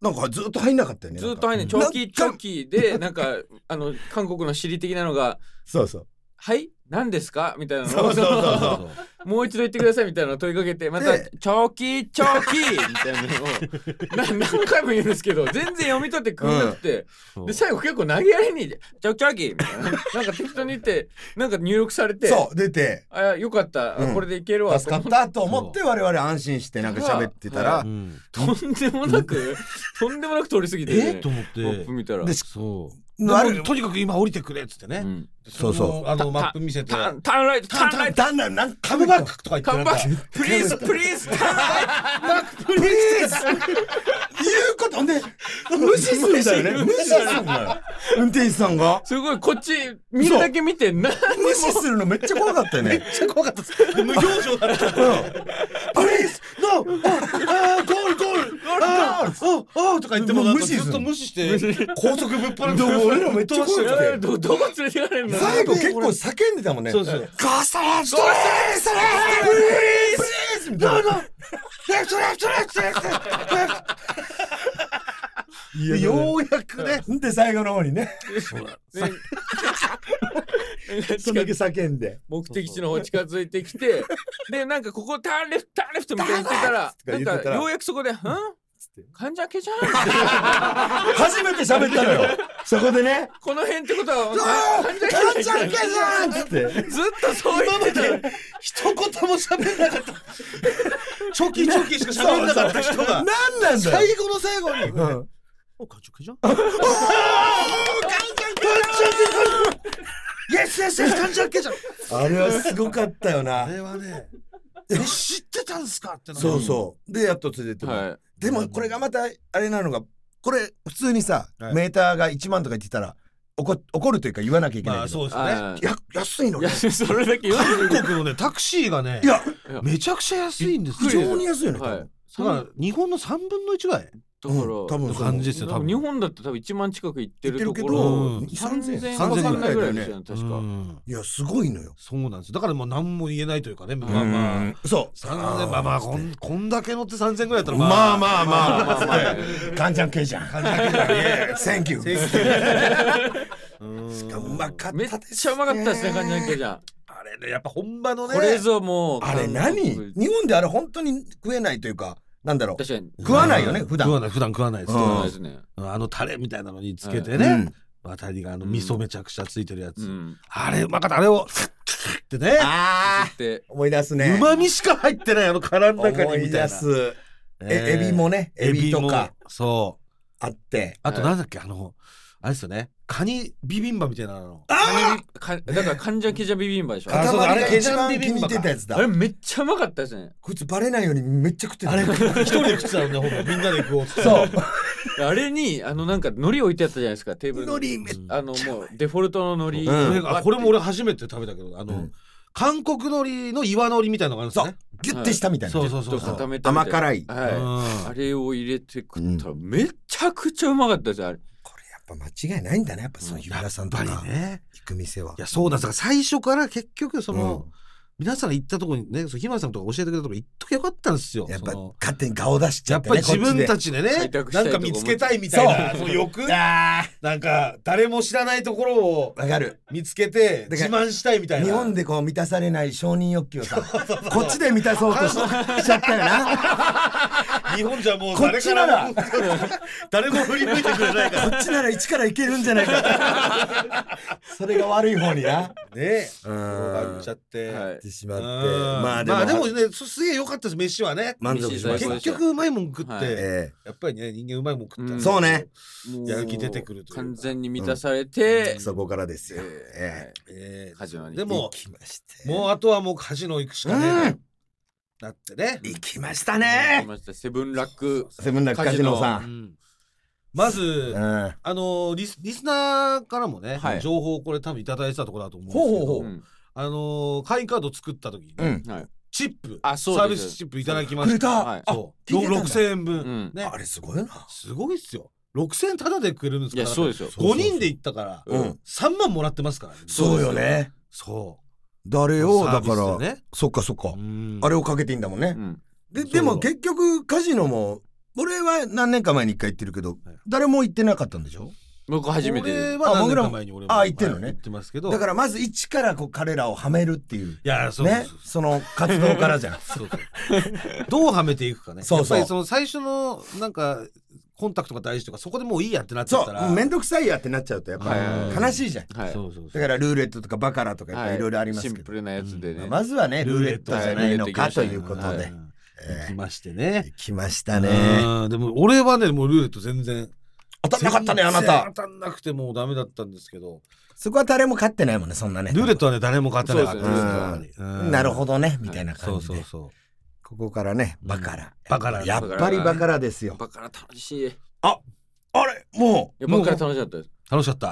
Speaker 4: なんかずっと入んなかったよね。
Speaker 2: ずっとあれね、
Speaker 4: なん
Speaker 2: チ
Speaker 4: か
Speaker 2: ョキチ
Speaker 4: なん
Speaker 2: ョ
Speaker 4: か
Speaker 2: キで、なんか、あの、韓国の尻的なのが、
Speaker 4: そうそう。
Speaker 2: はい何ですかみたいなの
Speaker 4: そう
Speaker 2: を、
Speaker 4: そうそう
Speaker 8: う
Speaker 4: そ
Speaker 8: そう
Speaker 2: もう一度言ってくださいみたいなのを問いかけて、また、
Speaker 4: で
Speaker 2: チョキチョキみたいなのを、な何回も言うんですけど、全然読み取ってくんなくて、
Speaker 8: うん
Speaker 2: で、最後結構投げやりに、チョキチョキみたいな、なんか適当に言って、なんか入力されて、
Speaker 4: そう、出て、
Speaker 2: あ、よかった、
Speaker 4: うん
Speaker 2: これでいけるわ、
Speaker 4: 助かったと思って我々安心してなんか喋ってた
Speaker 2: は
Speaker 4: ら
Speaker 8: う、ん
Speaker 2: と思ってとんでもなく、とんでもなく通り過ぎて、
Speaker 8: え
Speaker 2: ね
Speaker 8: ー、と思っ
Speaker 2: ポッ
Speaker 8: て
Speaker 2: プ見たら。
Speaker 4: で
Speaker 8: そう
Speaker 4: のある
Speaker 8: でもとにかく今降りてくれっつってね、
Speaker 2: うん
Speaker 4: そうそう
Speaker 8: あのマップ見せて
Speaker 2: ターン、ターンライト、ターンライト、
Speaker 4: だんだんなんか
Speaker 8: カムバックとか言って
Speaker 2: カム
Speaker 8: なんか
Speaker 2: バック、プリーズ、プリーズ、ターンライト。
Speaker 4: プリーズ言うことほんで無視するんだよね無視するんだよ運転手さんが
Speaker 2: すごい、こっち、見るだけ見て、な、
Speaker 4: 無視するのめっちゃ怖かったよね
Speaker 8: めっちゃ怖かったです。無表情だった。
Speaker 4: プリーズノー
Speaker 8: ああ、ゴールゴールああ、ああ、とか言っても、
Speaker 4: もう
Speaker 8: 無視
Speaker 4: 無視する
Speaker 8: ずっと無視して、高速ぶっ放
Speaker 4: でも俺らめっ
Speaker 8: ぶ
Speaker 4: ちゃ
Speaker 8: 飛ばして
Speaker 4: 怖くて
Speaker 2: ど、どこ連れてかれるの
Speaker 4: 最後結構叫んでたもんね
Speaker 8: そうそう
Speaker 4: ガサラストレストレスプリーズプリーズみたいなレフトレフトレフトレフトレ
Speaker 8: でようやくね、
Speaker 4: フトで最後の方にね
Speaker 2: ね
Speaker 4: それだけ叫んで
Speaker 2: 目的地の方近づいてきて、で、なんかここターンレフト、ターンレフトみたいに言ってたら、
Speaker 4: ターンレフトとか言って
Speaker 2: なん
Speaker 4: たら
Speaker 2: かようやくそこで、ん患者けじゃん
Speaker 4: 初めて喋ったのよそこでね
Speaker 2: この辺ってこと
Speaker 4: (laughs)
Speaker 2: は、
Speaker 4: ああ
Speaker 2: 患者
Speaker 4: ガ
Speaker 2: け
Speaker 4: ンち
Speaker 2: じ
Speaker 4: ゃ
Speaker 2: ゃ
Speaker 4: ん
Speaker 2: ん
Speaker 4: けじゃんっつって
Speaker 2: ずっとそう言ってたら、
Speaker 8: 一言も喋んなかった。チョキチョキしか喋んなかった人が
Speaker 4: 何、なんだよ
Speaker 8: 最後の最後に、
Speaker 4: うん
Speaker 8: お、ガチョキじゃん
Speaker 4: イエスイエスイエス感じけじゃんあれはすごかったよ
Speaker 8: あ
Speaker 4: な
Speaker 8: れは (laughs) ね、え知ってたんすかってな
Speaker 4: そうそうでやっと連れてってもらう、
Speaker 2: は
Speaker 4: でもこれがまたあれなのがこれ普通にさ、
Speaker 8: はい
Speaker 4: メーターが1万とか言ってたら怒怒るというか言わなきゃいけない
Speaker 8: ま
Speaker 4: け
Speaker 8: あ、
Speaker 4: ど、
Speaker 8: そうです
Speaker 2: い
Speaker 8: ね。
Speaker 2: はい。
Speaker 4: や安いの
Speaker 2: い
Speaker 4: よ
Speaker 2: や、それだけ読んで
Speaker 8: 韓国のね、タクシーがね
Speaker 4: い、や
Speaker 8: めちゃくちゃ安いんです
Speaker 4: 非
Speaker 8: よ。
Speaker 4: 常に安いのよ、
Speaker 2: はい。
Speaker 8: だから、日本の3分の1ぐらい
Speaker 2: だから、
Speaker 4: 多分多分そう
Speaker 8: 感じですよ、多分。
Speaker 2: 日本だって多分1万近く行って
Speaker 4: 言って
Speaker 2: ると
Speaker 4: るけ
Speaker 2: こ
Speaker 4: ど、
Speaker 2: ろ、
Speaker 8: うん
Speaker 2: 3000
Speaker 4: 3000
Speaker 2: 3000ぐらいですよ
Speaker 4: ぐらいだよ
Speaker 2: ね、
Speaker 4: ね
Speaker 2: 確
Speaker 8: う
Speaker 2: か。
Speaker 8: ん
Speaker 4: いやすごいのよ、
Speaker 8: そうなんです。だからもう何も言えないというかね、まあ
Speaker 4: う
Speaker 8: まあ
Speaker 4: ん。そう
Speaker 8: 三千まあまあこんこんだけ乗って三千ぐらいだったら
Speaker 4: まあ
Speaker 8: あ
Speaker 4: まあまあ (laughs)
Speaker 2: まあまあ
Speaker 4: ガンちゃん系じゃんガンちゃん系じゃんイエーイセンキューしかもうまかった
Speaker 2: めっ
Speaker 4: です
Speaker 2: ちゃうまかったですね、感じなきゃじゃん。
Speaker 8: あれねやっぱ本場のね
Speaker 2: これぞもう。
Speaker 4: あれ何
Speaker 2: 韓国
Speaker 4: 日本であれ本当に食えないというかなんだろう
Speaker 2: 確かに。
Speaker 4: 食わないよね
Speaker 8: うん
Speaker 4: 普段
Speaker 8: 食わない普段食わないです
Speaker 4: うん
Speaker 8: ね
Speaker 2: そうですね。
Speaker 8: あのタレみたいなのにつけて
Speaker 4: う
Speaker 8: ね
Speaker 4: ん
Speaker 8: 渡りがあの
Speaker 2: うん
Speaker 8: 味噌めちゃくちゃついてるや
Speaker 2: う
Speaker 8: つ
Speaker 2: ん。
Speaker 8: あれうまかったあれをってね
Speaker 4: ああ
Speaker 2: で、
Speaker 4: 思い出すね
Speaker 8: うまみしか入ってないあの殻の中
Speaker 4: 思
Speaker 8: にみ
Speaker 4: い
Speaker 8: た
Speaker 4: 出
Speaker 8: いな
Speaker 4: すえ
Speaker 8: ね
Speaker 4: エビもねエビとか
Speaker 8: エビもそう
Speaker 4: あって
Speaker 8: あとなんだっけあのあれですよねカニビビンバみたいなの
Speaker 2: カニビかだから患者ケジャビビンバでしょ。
Speaker 8: あ
Speaker 4: 塊
Speaker 8: そうだあれ
Speaker 4: が一番気に入ってたやつだ
Speaker 2: あれめっちゃうまかったですね。
Speaker 4: こいつバレないようにめっちゃ食ってた
Speaker 8: あれ (laughs) 一人で食ってたのねほんとみんなで食おうっつって
Speaker 4: そう
Speaker 2: あれに、あのなんか海苔置いてあったじゃないですか、テーブルに
Speaker 4: 海苔めっ
Speaker 2: あのもうデフォルトの海苔。
Speaker 4: うん
Speaker 8: これあこれも俺初めて食べたけどあの、
Speaker 4: うん
Speaker 8: 韓国海苔の岩のりみたいなのがあるんですね。
Speaker 4: ギュッてしたみたいな
Speaker 8: そう
Speaker 4: ね。
Speaker 8: そうそう
Speaker 2: ちょっ
Speaker 8: そ
Speaker 2: と固
Speaker 8: う。
Speaker 2: めたみたな
Speaker 4: 甘辛い
Speaker 2: は
Speaker 8: うん
Speaker 2: いあれを入れて食ったらめちゃくちゃうまかったじゃんあれ
Speaker 4: これやっぱ間違いないんだね。やっぱそういう皆さんとか
Speaker 8: やっぱりね。。
Speaker 4: 行く店はい
Speaker 8: や、そうなんですだから最初から結局、その、
Speaker 4: うん
Speaker 8: 皆さんが行ったとこにね、そのひまさんとか教えてくれたとこ行っときゃよかったんですよ。
Speaker 4: やっぱ
Speaker 8: その
Speaker 4: 勝手に顔出しち
Speaker 8: や
Speaker 4: ゃ
Speaker 8: っ
Speaker 4: って
Speaker 8: ぱ
Speaker 4: ね。
Speaker 8: り自分
Speaker 4: こ
Speaker 8: た
Speaker 4: っち
Speaker 8: ちでね
Speaker 2: 開拓、し
Speaker 8: な
Speaker 2: たいとこ
Speaker 8: んか見つけたいみたいな、
Speaker 4: そう
Speaker 8: その欲
Speaker 4: で。あ
Speaker 8: なんか、誰も知らないところを
Speaker 4: あ、わかる。
Speaker 8: 見つけて、
Speaker 4: だか
Speaker 8: 自
Speaker 4: ら
Speaker 8: 慢したいみたいな。
Speaker 4: 日本でこう満たされない承認欲求をさ、こっちで満たそう
Speaker 8: (laughs)
Speaker 4: とししちゃったよな。
Speaker 8: 日本じゃもう
Speaker 4: こっ
Speaker 8: 誰
Speaker 4: ち
Speaker 8: か
Speaker 4: な
Speaker 8: ら
Speaker 4: ら
Speaker 8: も、 (laughs) 誰も振り向いてくれないから。
Speaker 4: こっちなら一からいけるんじゃないか。それが悪い方にな。
Speaker 8: ね
Speaker 4: う
Speaker 8: え。
Speaker 4: ん
Speaker 8: っ。ちゃって。
Speaker 2: は
Speaker 4: っ
Speaker 2: い
Speaker 4: てしまって。
Speaker 8: うん
Speaker 4: まあでも。
Speaker 8: まあでもね、そすげえ良かったです、飯はね。
Speaker 4: 満足しました
Speaker 8: 結。局うまいもん食って、
Speaker 2: はい
Speaker 4: え
Speaker 8: やっぱりね、人間うまいもん食ったら、
Speaker 2: うん
Speaker 4: そうね。
Speaker 2: もう
Speaker 8: やる気出てくるというか
Speaker 2: 完全に満たされて、
Speaker 4: えそこからですよ。え
Speaker 2: え
Speaker 8: え
Speaker 2: えカジノ
Speaker 8: え
Speaker 2: に
Speaker 8: で
Speaker 4: え
Speaker 8: も
Speaker 4: 行、きまして。
Speaker 8: もうあとはもうカジノ行くしか
Speaker 4: う
Speaker 8: ね
Speaker 4: ん
Speaker 8: え。だってね。
Speaker 4: 行きました
Speaker 2: 行き
Speaker 4: ね。
Speaker 2: ましたセブンラック
Speaker 4: セブンラックカジノさ。
Speaker 8: うんんまず
Speaker 4: う、ん。
Speaker 8: あのリス、リスナーからもね
Speaker 2: は、い
Speaker 8: 情報をこれ多分いただいてたところだと思うん
Speaker 4: ほうほう
Speaker 8: で
Speaker 2: う
Speaker 8: す
Speaker 2: ん、
Speaker 8: けどあの、会員カード作った時に
Speaker 4: う
Speaker 8: ね
Speaker 4: ん、
Speaker 2: はい
Speaker 8: チップ、
Speaker 2: あそうです
Speaker 8: サービスチップいただきま
Speaker 4: く
Speaker 8: し
Speaker 4: れ
Speaker 8: た。
Speaker 4: た、
Speaker 2: はい
Speaker 4: あ
Speaker 8: そう。
Speaker 4: 聞いてたんだ
Speaker 8: 6000円
Speaker 2: う
Speaker 8: 分
Speaker 2: ん。
Speaker 8: ね
Speaker 4: あ。れすごいな。
Speaker 8: すごいっすよ。6000円タダでくれるんです
Speaker 2: い
Speaker 8: か
Speaker 2: や
Speaker 8: ら。
Speaker 2: そうですよ
Speaker 8: 5人で行ったから、
Speaker 4: うん
Speaker 8: 3万もらってますからね。
Speaker 4: そうよね。
Speaker 8: そ
Speaker 4: 誰
Speaker 8: う。
Speaker 4: を、だ
Speaker 8: サ
Speaker 4: か
Speaker 8: ービスで
Speaker 4: ら、
Speaker 8: ね
Speaker 4: そっかそっか
Speaker 8: う。ん
Speaker 4: あれをかけていいんだもんね
Speaker 2: う。ん
Speaker 4: で、
Speaker 8: そう
Speaker 4: でも結局カジノも、俺は何年か前に一回行ってるけど
Speaker 8: はい、
Speaker 4: 誰も行ってなかったんでしょ
Speaker 2: 僕初めてです
Speaker 8: 俺は
Speaker 4: あ
Speaker 8: 何
Speaker 4: 僕
Speaker 8: 年
Speaker 4: ら
Speaker 8: か
Speaker 4: も
Speaker 8: 前に俺
Speaker 4: あ行ってんのね
Speaker 8: はい行ってますけど。
Speaker 4: だからまず一からこう彼らをはめるっていう。
Speaker 8: いや、そうそう
Speaker 4: ね
Speaker 8: そう。
Speaker 4: その活動からじゃん。
Speaker 8: そうそうどうはめていくかね。
Speaker 4: そうそう
Speaker 8: やっぱりその最初の、なんか、コンタクトが大事とか、そこでもういいやってなっちゃっ
Speaker 4: そ
Speaker 8: た
Speaker 4: う、
Speaker 8: ら。
Speaker 4: もうめんどくさいやってなっちゃうとやっぱ
Speaker 2: はい
Speaker 4: 悲しいじゃん。
Speaker 2: はい
Speaker 8: そうそうそ
Speaker 4: だ
Speaker 8: う。
Speaker 4: からルーレットとかバカラとかやっぱいろいろありま
Speaker 2: シ
Speaker 4: すけ
Speaker 2: ン
Speaker 4: ど
Speaker 2: プ。ルなやつで
Speaker 4: まあ
Speaker 2: ね、
Speaker 4: まずはね、ルーレットじゃないのかと
Speaker 2: はい
Speaker 4: いうこと
Speaker 2: ルーレット行きました
Speaker 4: で
Speaker 2: ね。
Speaker 4: えー
Speaker 8: 行きましてね。
Speaker 4: 行きましたね。
Speaker 8: うんでも俺はね、もうルーレット全然。
Speaker 4: 当たんなかったね、あな
Speaker 8: 全然
Speaker 4: た。
Speaker 8: 当たんなくてもうダメだったんですけど。
Speaker 4: そこは誰も勝ってないもんね、そんなね。
Speaker 8: ルーレットはね、誰も勝てなかった
Speaker 4: そう
Speaker 8: で
Speaker 4: ですす
Speaker 8: ね。
Speaker 4: なるほ
Speaker 8: ど。
Speaker 4: どね、みたいな
Speaker 8: そ
Speaker 4: 感
Speaker 8: う
Speaker 4: じ
Speaker 8: そう
Speaker 4: で。
Speaker 8: そう。
Speaker 4: ここからね、バカラ。
Speaker 8: バカラ
Speaker 4: やっぱりバカラですよ。
Speaker 2: バカラ楽しいい
Speaker 4: あれも
Speaker 2: やバカラ楽しかったです
Speaker 8: 楽しかった。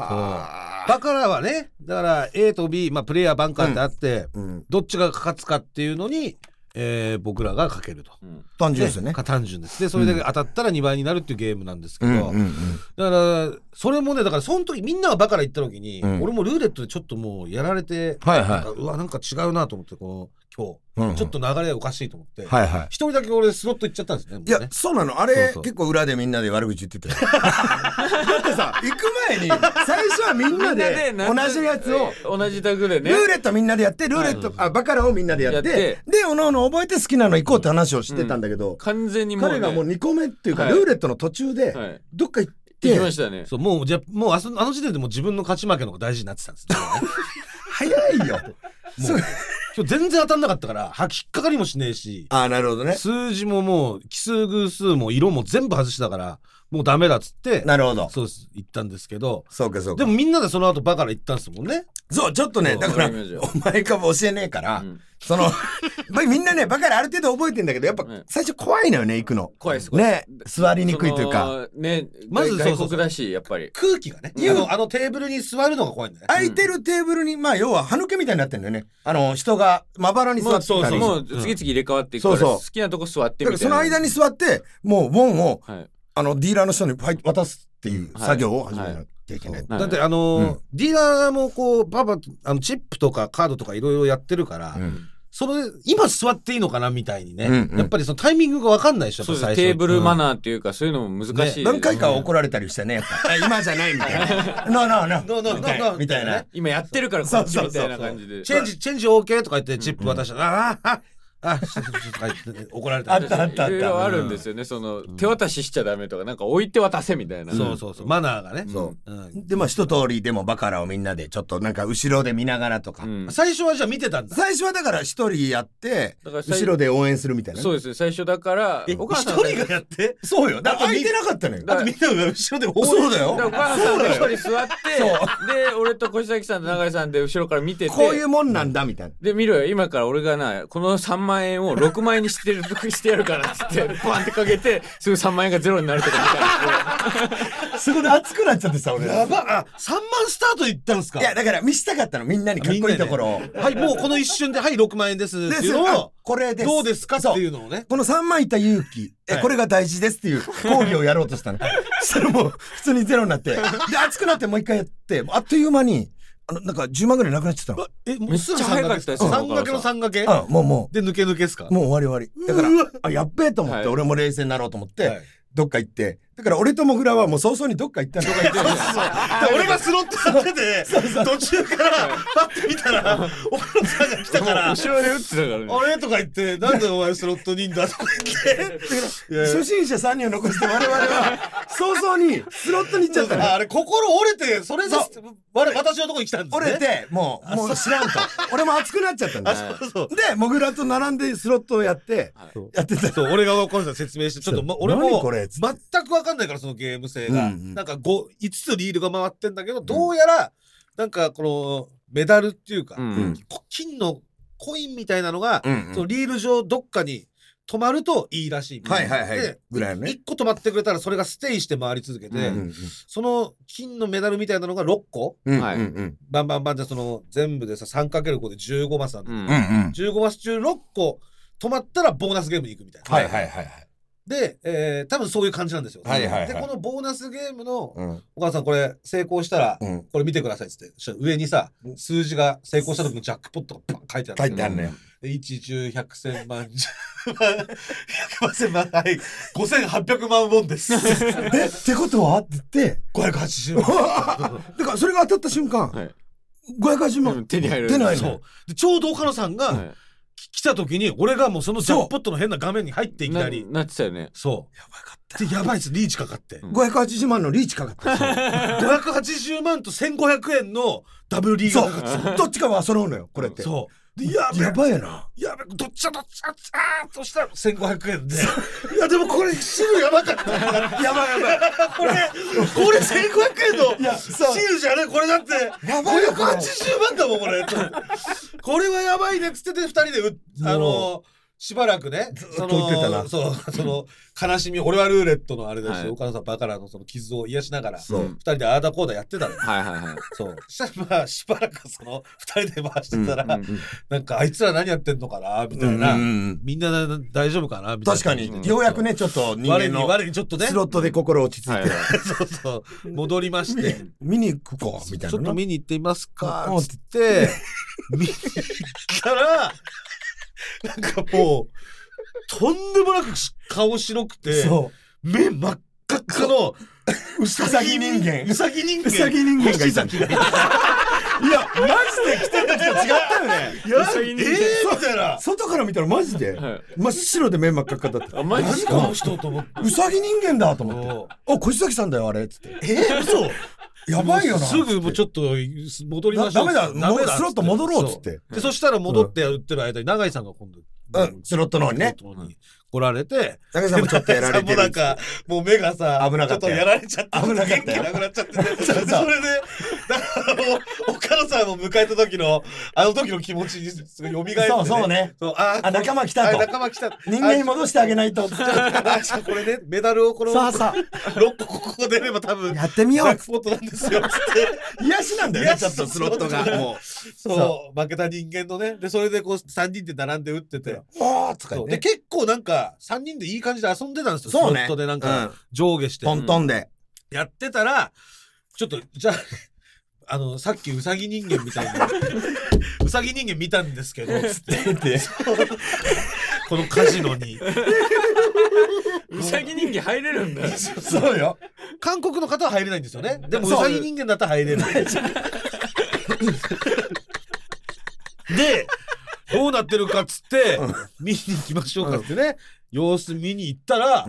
Speaker 2: は
Speaker 4: はあ。
Speaker 8: バカラはね、だから A と B、まあプレイヤーバンカーってあって、
Speaker 4: うん、
Speaker 8: どっちが勝つかっていうのに、えー僕らがかけると。
Speaker 2: い、うん
Speaker 4: 単純ですよね。
Speaker 8: か単純です。で、それで当たったら2倍になるっていうゲームなんですけ
Speaker 4: う
Speaker 8: ど、
Speaker 4: んうんうん、
Speaker 8: だから、それもね、だから、その時みんながバカラ行った時に、
Speaker 4: うん
Speaker 8: 俺もルーレットでちょっともうやられて、
Speaker 4: はい
Speaker 8: なんかうわ、なんか違うなと思って、この、
Speaker 4: い。うんう
Speaker 8: 今
Speaker 4: ん
Speaker 8: 日、ちょっと流れがおかしいと思って、一、
Speaker 4: はいはい。
Speaker 8: 人だけ俺スロット行っちゃったんですね。もう
Speaker 4: い
Speaker 8: ね
Speaker 4: や、そうなの。あれ
Speaker 8: そうそう
Speaker 4: 結構裏でみんなで悪口言ってたよ。だってさ、行く前に、最初はみんなで
Speaker 2: みんな
Speaker 4: 同じやつを、
Speaker 2: 同じタグでね
Speaker 4: ルーレットみんなでやって、ルーレット、あ、バカラをみんなでやって、
Speaker 2: やって
Speaker 4: で、おのおの覚えて好きなの行こうって話をしてたんだけど、
Speaker 2: 完全にもう、ね、
Speaker 4: 彼がもう2個目っていうか、
Speaker 2: はい
Speaker 4: ルーレットの途中で、
Speaker 2: はい
Speaker 4: どっか行っ
Speaker 2: 行
Speaker 4: て
Speaker 2: き、ましたね
Speaker 8: そう、もう、じゃ、もうあそ、あの時点でもう自分の勝ち負けの方が大事になってたんですね。
Speaker 4: 早い
Speaker 2: (laughs)
Speaker 4: よ。そう
Speaker 8: 今日全然当たんなかったから、は引っかかりもしねえし、
Speaker 4: あ、なるほどね。
Speaker 8: 数字ももう、奇数偶数も色も全部外したから、もうダメだっつって、
Speaker 4: なるほど。
Speaker 8: そうです、行ったんですけど、
Speaker 4: そうかそう
Speaker 8: で
Speaker 4: か。
Speaker 8: もみんなでその後バカラ行ったんですもんね。
Speaker 4: そう、ちょっとね、だから、
Speaker 2: そういうイメージよ
Speaker 4: お前かも教えねえから、
Speaker 2: うん
Speaker 4: その、まあみんなね、バカラある程度覚えてんだけど、やっぱ
Speaker 2: ね
Speaker 4: 最初怖いのよね、行くの。
Speaker 2: 怖いです怖い
Speaker 4: ね、座りにくいという
Speaker 2: そ
Speaker 4: か。
Speaker 2: のね
Speaker 8: ま
Speaker 2: ま
Speaker 8: ず
Speaker 2: ず
Speaker 8: そ
Speaker 2: 外
Speaker 8: うそうそう
Speaker 2: 国だしやっぱり
Speaker 8: 空気がね、あの、あのテーブルに座るのが怖いんだよね。
Speaker 4: 空いてるテーブルに、まあ要は歯抜けみたいになってんだよね。あの、人がまばらに座ってたり。
Speaker 8: まあそう
Speaker 2: も
Speaker 8: そう
Speaker 2: 次々入れ替わっていくから、
Speaker 4: そうそう
Speaker 2: 好きなとこ座って
Speaker 4: だ
Speaker 2: み
Speaker 4: か
Speaker 2: たい
Speaker 4: ら
Speaker 2: な
Speaker 4: その間に座って、もうウォンを、
Speaker 2: はい
Speaker 4: あの、ディーラーの人にパイ渡すっていう
Speaker 2: はい
Speaker 4: 作業を始めなきゃいけない。
Speaker 2: はい
Speaker 8: だってあのー
Speaker 4: うん
Speaker 8: ディーラーもこう、ばば、あの、チップとかカードとかいろいろやってるから、
Speaker 4: うん
Speaker 8: その、今座っていいのかなみたいにね、
Speaker 4: うんうん
Speaker 8: やっぱりそのタイミングがわかんないでしょ、
Speaker 2: そうで
Speaker 8: やっ
Speaker 2: す
Speaker 8: ぱ
Speaker 2: テーブルマ
Speaker 8: ナ
Speaker 2: ナーっていうか、そういうのも難しい、
Speaker 4: 何回か怒られたりしてね、やっぱ。今じゃないみたいな。なあなあなあ。
Speaker 8: No, (laughs) no, no,
Speaker 4: みたい
Speaker 8: no.
Speaker 4: なみたいな。
Speaker 2: 今やってるからこっちみたいな感じで
Speaker 8: チェンジ、チェンジ OK とか言ってチップ渡したら、ああ、ああ、ちょっとちょっととか言って怒られた。
Speaker 4: あったあったあった
Speaker 2: いろいろあるんですよね。その、手渡ししちゃダメとか、なんか置いて渡せみたいな。
Speaker 8: そうそうそう、マナーがね。
Speaker 4: そ
Speaker 8: うん
Speaker 4: で、まあ一通りでもバカラをみんなでちょっとなんか後ろで見ながらとか。
Speaker 2: うん
Speaker 8: 最初はじゃあ見てたんだ。
Speaker 4: 最初はだから一人やって、
Speaker 2: だから最
Speaker 4: 後ろで応援するみたいなね。
Speaker 2: そうですね。最初だから、
Speaker 8: え一
Speaker 2: お母さん
Speaker 8: 人がやって、
Speaker 4: そうよ。だって
Speaker 8: あと
Speaker 4: 空いてなかったのよ。
Speaker 2: だから
Speaker 8: みんなが後ろで応援
Speaker 4: そうだ
Speaker 2: だからお
Speaker 4: よ。
Speaker 2: 母さんが一人座って、で、俺と越崎さんと永井さんで後ろから見てて、
Speaker 4: こういうもんなんだみたいな。
Speaker 2: で、見ろよ、今から俺がな、この3万円を6万円にしてるしてやるからっつってバンってかけてすぐ3万円がゼロになるとかみたいな。
Speaker 4: そこで熱くなっちゃってさ、俺。
Speaker 8: やばあ、3万スタートいったんすか
Speaker 4: いや、だから見したかったの、みんなにかっこいいところを。
Speaker 8: はい、もうこの一瞬で、はい、6万円ですっていうの
Speaker 4: あ
Speaker 8: を、
Speaker 4: これです。
Speaker 8: どうですかっていうのをね。
Speaker 4: この3万いった勇気、え、
Speaker 8: はい
Speaker 4: これが大事ですっていう講義をやろうと
Speaker 8: (laughs)
Speaker 4: したの。それも普通にゼロになって、で、熱くなってもう一回やって、あっという間に、あの、なんか10万ぐらいなくなっちゃった
Speaker 8: え、も
Speaker 2: めっちゃ早かったですよ
Speaker 8: 3掛けの3掛け
Speaker 4: の。うん、もうも
Speaker 8: で、抜け抜けっすか
Speaker 4: う、もう終わり終わり。だから、あ、やっべえと思って、
Speaker 2: はい
Speaker 4: 俺も冷静になろうと思って、
Speaker 8: はい
Speaker 4: どっか行って。だから俺とモグラはもう早々にどっか行った
Speaker 8: (laughs)
Speaker 4: の。
Speaker 8: 俺がスロットやってて、途中から、パッて見たら、お母さんが来たから、
Speaker 2: 後ろで打ってたからね。
Speaker 8: あれとか言って、なんでお前スロット人だとか言って。いやいや
Speaker 4: 初心者3人を残して我々は早々にスロットに行っちゃったの。
Speaker 8: ああれ、心折れて、それで、われ私のとこに来たんです
Speaker 4: (laughs)
Speaker 8: ね。
Speaker 4: 折れて、もう、もう知らんと。 (laughs) 俺も熱くなっちゃったんだ
Speaker 8: あ、
Speaker 4: よ。
Speaker 8: そうそう。
Speaker 4: で、モグラと並んでスロットをやって、やってた。
Speaker 8: そう、俺がこの人説明して、ちょっと、ま、俺
Speaker 4: 何
Speaker 8: も、
Speaker 4: これ
Speaker 8: 全くわかんないから、そのゲーム性が。
Speaker 4: うんうん
Speaker 8: なんか5、5つリールが回ってんだけど、どうやら、なんかこの、メダルっていうか、
Speaker 2: うん
Speaker 8: こ金のコインみたいなのが、
Speaker 4: うんうん
Speaker 8: そのリール上どっかに止まるといいらしいみた
Speaker 4: はい
Speaker 8: い
Speaker 4: はいはい
Speaker 8: で。
Speaker 4: ぐらいのね。
Speaker 8: 1個止まってくれたらそれがステイして回り続けて、
Speaker 2: うん
Speaker 4: うん
Speaker 8: その金のメダルみたいなのが6個
Speaker 4: うんうん
Speaker 2: はい
Speaker 4: うんうん
Speaker 8: バンバンバンってその全部でさ 3×5 で15マスなんだ、
Speaker 2: うん
Speaker 4: うん。
Speaker 8: 15マス中6個止まったらボーナスゲームに行くみたいな、
Speaker 4: はいはいはいはい。
Speaker 8: で、えー多分そういう感じなんですよ、
Speaker 4: はいはいはい
Speaker 8: でこのボーナスゲームの、
Speaker 4: うん
Speaker 8: お母さんこれ成功したら、
Speaker 4: うん。
Speaker 8: これ見てくださいっつってそしたら上にさ数字が成功した時のジャックポットがバン書いてある
Speaker 4: 書いてあるのよ。
Speaker 8: で1、10、100、千万、10万、100万、千万、はい、5800万ウォン (laughs) です。
Speaker 4: え、ってことはって言って、 (laughs)
Speaker 8: 580万。
Speaker 4: だからそれが当たった瞬間、
Speaker 2: はい
Speaker 4: 580
Speaker 2: う
Speaker 4: 万
Speaker 2: ん手に入る
Speaker 4: 出ない
Speaker 8: そ
Speaker 4: の
Speaker 8: う。。で、ちょうど岡野さんが、
Speaker 2: は
Speaker 8: き来た時に、俺がもうそのジャックポットの変な画面に入ってい
Speaker 2: い
Speaker 8: き
Speaker 2: な
Speaker 8: なり。
Speaker 2: なってたよね。
Speaker 8: そう。やばかった。で、やばいです。リーチかかって。
Speaker 4: 580万のリーチかかった。
Speaker 8: 580万と1500円のダブルリー
Speaker 4: そ
Speaker 8: がかかって
Speaker 4: う。どっちかは揃うのよ、これって。
Speaker 8: た。そう。で、や
Speaker 4: や
Speaker 8: べ
Speaker 4: やばいよな。
Speaker 8: やべ、どっちだどっちだ、あーっとしたら1500円で。いや、でもこれ、シールやばかった。 (laughs) やばいやばい。これ、これ1500円のシールじゃねこれだって、
Speaker 4: やばいよこれ
Speaker 8: 580万だもん、これ。 (laughs) これはやばいね、つってて、二人でう、あの、しばらくね、そ
Speaker 4: と打ってた
Speaker 8: の、
Speaker 4: な
Speaker 8: そう、その、悲しみ、俺はルーレットのあれだし、
Speaker 2: はい
Speaker 8: 岡野さんバカラのその傷を癒しながら、
Speaker 4: そう
Speaker 8: 二人でああだこうだやってたの。
Speaker 2: はいはいはい。
Speaker 8: そう。そしたら、まあ、しばらくその、二人で回してたら、
Speaker 2: うんうんうん
Speaker 8: なんか、あいつら何やってんのかな、みた
Speaker 4: う
Speaker 8: い
Speaker 4: んうん
Speaker 8: な。
Speaker 4: うん
Speaker 8: みんなな大丈夫かなみたい
Speaker 4: 確
Speaker 8: な
Speaker 4: かに、ようやくね、ちょっと人
Speaker 8: 我
Speaker 4: 間
Speaker 8: に
Speaker 4: の
Speaker 8: 我にちょっとね
Speaker 4: スロットで心落ち着い
Speaker 2: はい
Speaker 4: て、
Speaker 2: はい
Speaker 8: (laughs) そうそう戻りまして
Speaker 4: 見に行くか、み
Speaker 8: ち
Speaker 4: たい
Speaker 8: ょ
Speaker 4: な
Speaker 8: っと
Speaker 4: な。
Speaker 8: 見に行ってみますか
Speaker 4: うん
Speaker 8: っつって見に行ったらなんかもうとんでもなく顔白くて
Speaker 4: そ
Speaker 8: 目真っ赤っかの
Speaker 4: う。うさぎ人間。
Speaker 8: うさぎ人間
Speaker 4: うさぎ人間がいたんだ
Speaker 8: 星崎
Speaker 4: いや、マジで来てた時と違ったよね。
Speaker 8: や
Speaker 2: うさ
Speaker 8: え
Speaker 2: ぎ
Speaker 8: ー
Speaker 2: 人
Speaker 8: み
Speaker 2: 間
Speaker 8: たいな
Speaker 4: 外から見たらマジで、
Speaker 2: はい
Speaker 4: 真っ白で目真っ赤っかだった。
Speaker 2: あマジっ
Speaker 8: 何
Speaker 2: す
Speaker 8: こ
Speaker 2: か
Speaker 8: の人と思って
Speaker 4: うさぎ人間だと思って。
Speaker 8: も
Speaker 4: あ、越崎さんだよ、あれ。つって。
Speaker 8: うえー嘘
Speaker 4: やばいよな。
Speaker 8: すぐもうちょっと戻りましょ
Speaker 4: だ
Speaker 8: う。
Speaker 4: ダメだ
Speaker 8: ダメだ。
Speaker 4: スロット戻ろうっつって
Speaker 8: そうで、そしたら戻ってやってる間に、永井さんが今度、
Speaker 4: うん、スロットの方にね。
Speaker 8: スロットに来られて、
Speaker 4: 高橋さんもちょっとやられて
Speaker 8: もうなん
Speaker 4: る。
Speaker 8: か、もう目がさ、
Speaker 4: 危なかった
Speaker 8: ちょっと
Speaker 4: よ
Speaker 8: やられちゃって、
Speaker 4: 危なかったよ
Speaker 8: 元気なくなっちゃってて、
Speaker 4: そうそう
Speaker 8: それで、だからもう、岡野さんを迎えた時の、あの時の気持ちにすごい蘇って、
Speaker 4: そうそう。ね。
Speaker 8: そうあー
Speaker 4: あ仲間来たと
Speaker 8: あ仲間来た。
Speaker 4: 人間に戻してあげないと。さ
Speaker 8: あじゃあこれね、メダルをこの、
Speaker 4: あさ
Speaker 8: 6個ここ出れば多分、
Speaker 4: あ、
Speaker 8: ジ
Speaker 4: やってみよ
Speaker 8: ャッ
Speaker 4: う
Speaker 8: ク。ポットなんです
Speaker 4: (laughs)
Speaker 8: よ、つって。
Speaker 4: 癒しなんだよね、ちょっとスロットが。も
Speaker 8: そう、負けた人間のね。で、それでこう、3人で並んで打ってて。
Speaker 4: う、おーとか
Speaker 8: そ
Speaker 4: 言っ
Speaker 8: うで、
Speaker 4: てね。
Speaker 8: 結構なんか、3人でいい感じで遊んでたんですよ。
Speaker 4: そうね
Speaker 8: スロットでなん
Speaker 4: う
Speaker 8: か
Speaker 4: ん、
Speaker 8: 上下して。
Speaker 4: トントンで。
Speaker 8: やってたら、ちょっと、じゃあ、 (laughs) あの、さっきウサギ人間みたい
Speaker 4: (laughs)
Speaker 8: な、ウサギ人間見たんですけど、つって。そう (laughs) このカジノに。
Speaker 2: うさぎ人間入れるんだ。
Speaker 4: (laughs) そうよ。
Speaker 8: 韓国の方は入れないんですよね。でも、ウ
Speaker 4: そう
Speaker 8: サギ人間だったら入れる。
Speaker 4: (laughs)
Speaker 8: で、どうなってるかっつって、見に行きましょうかってね、様子見に行ったら、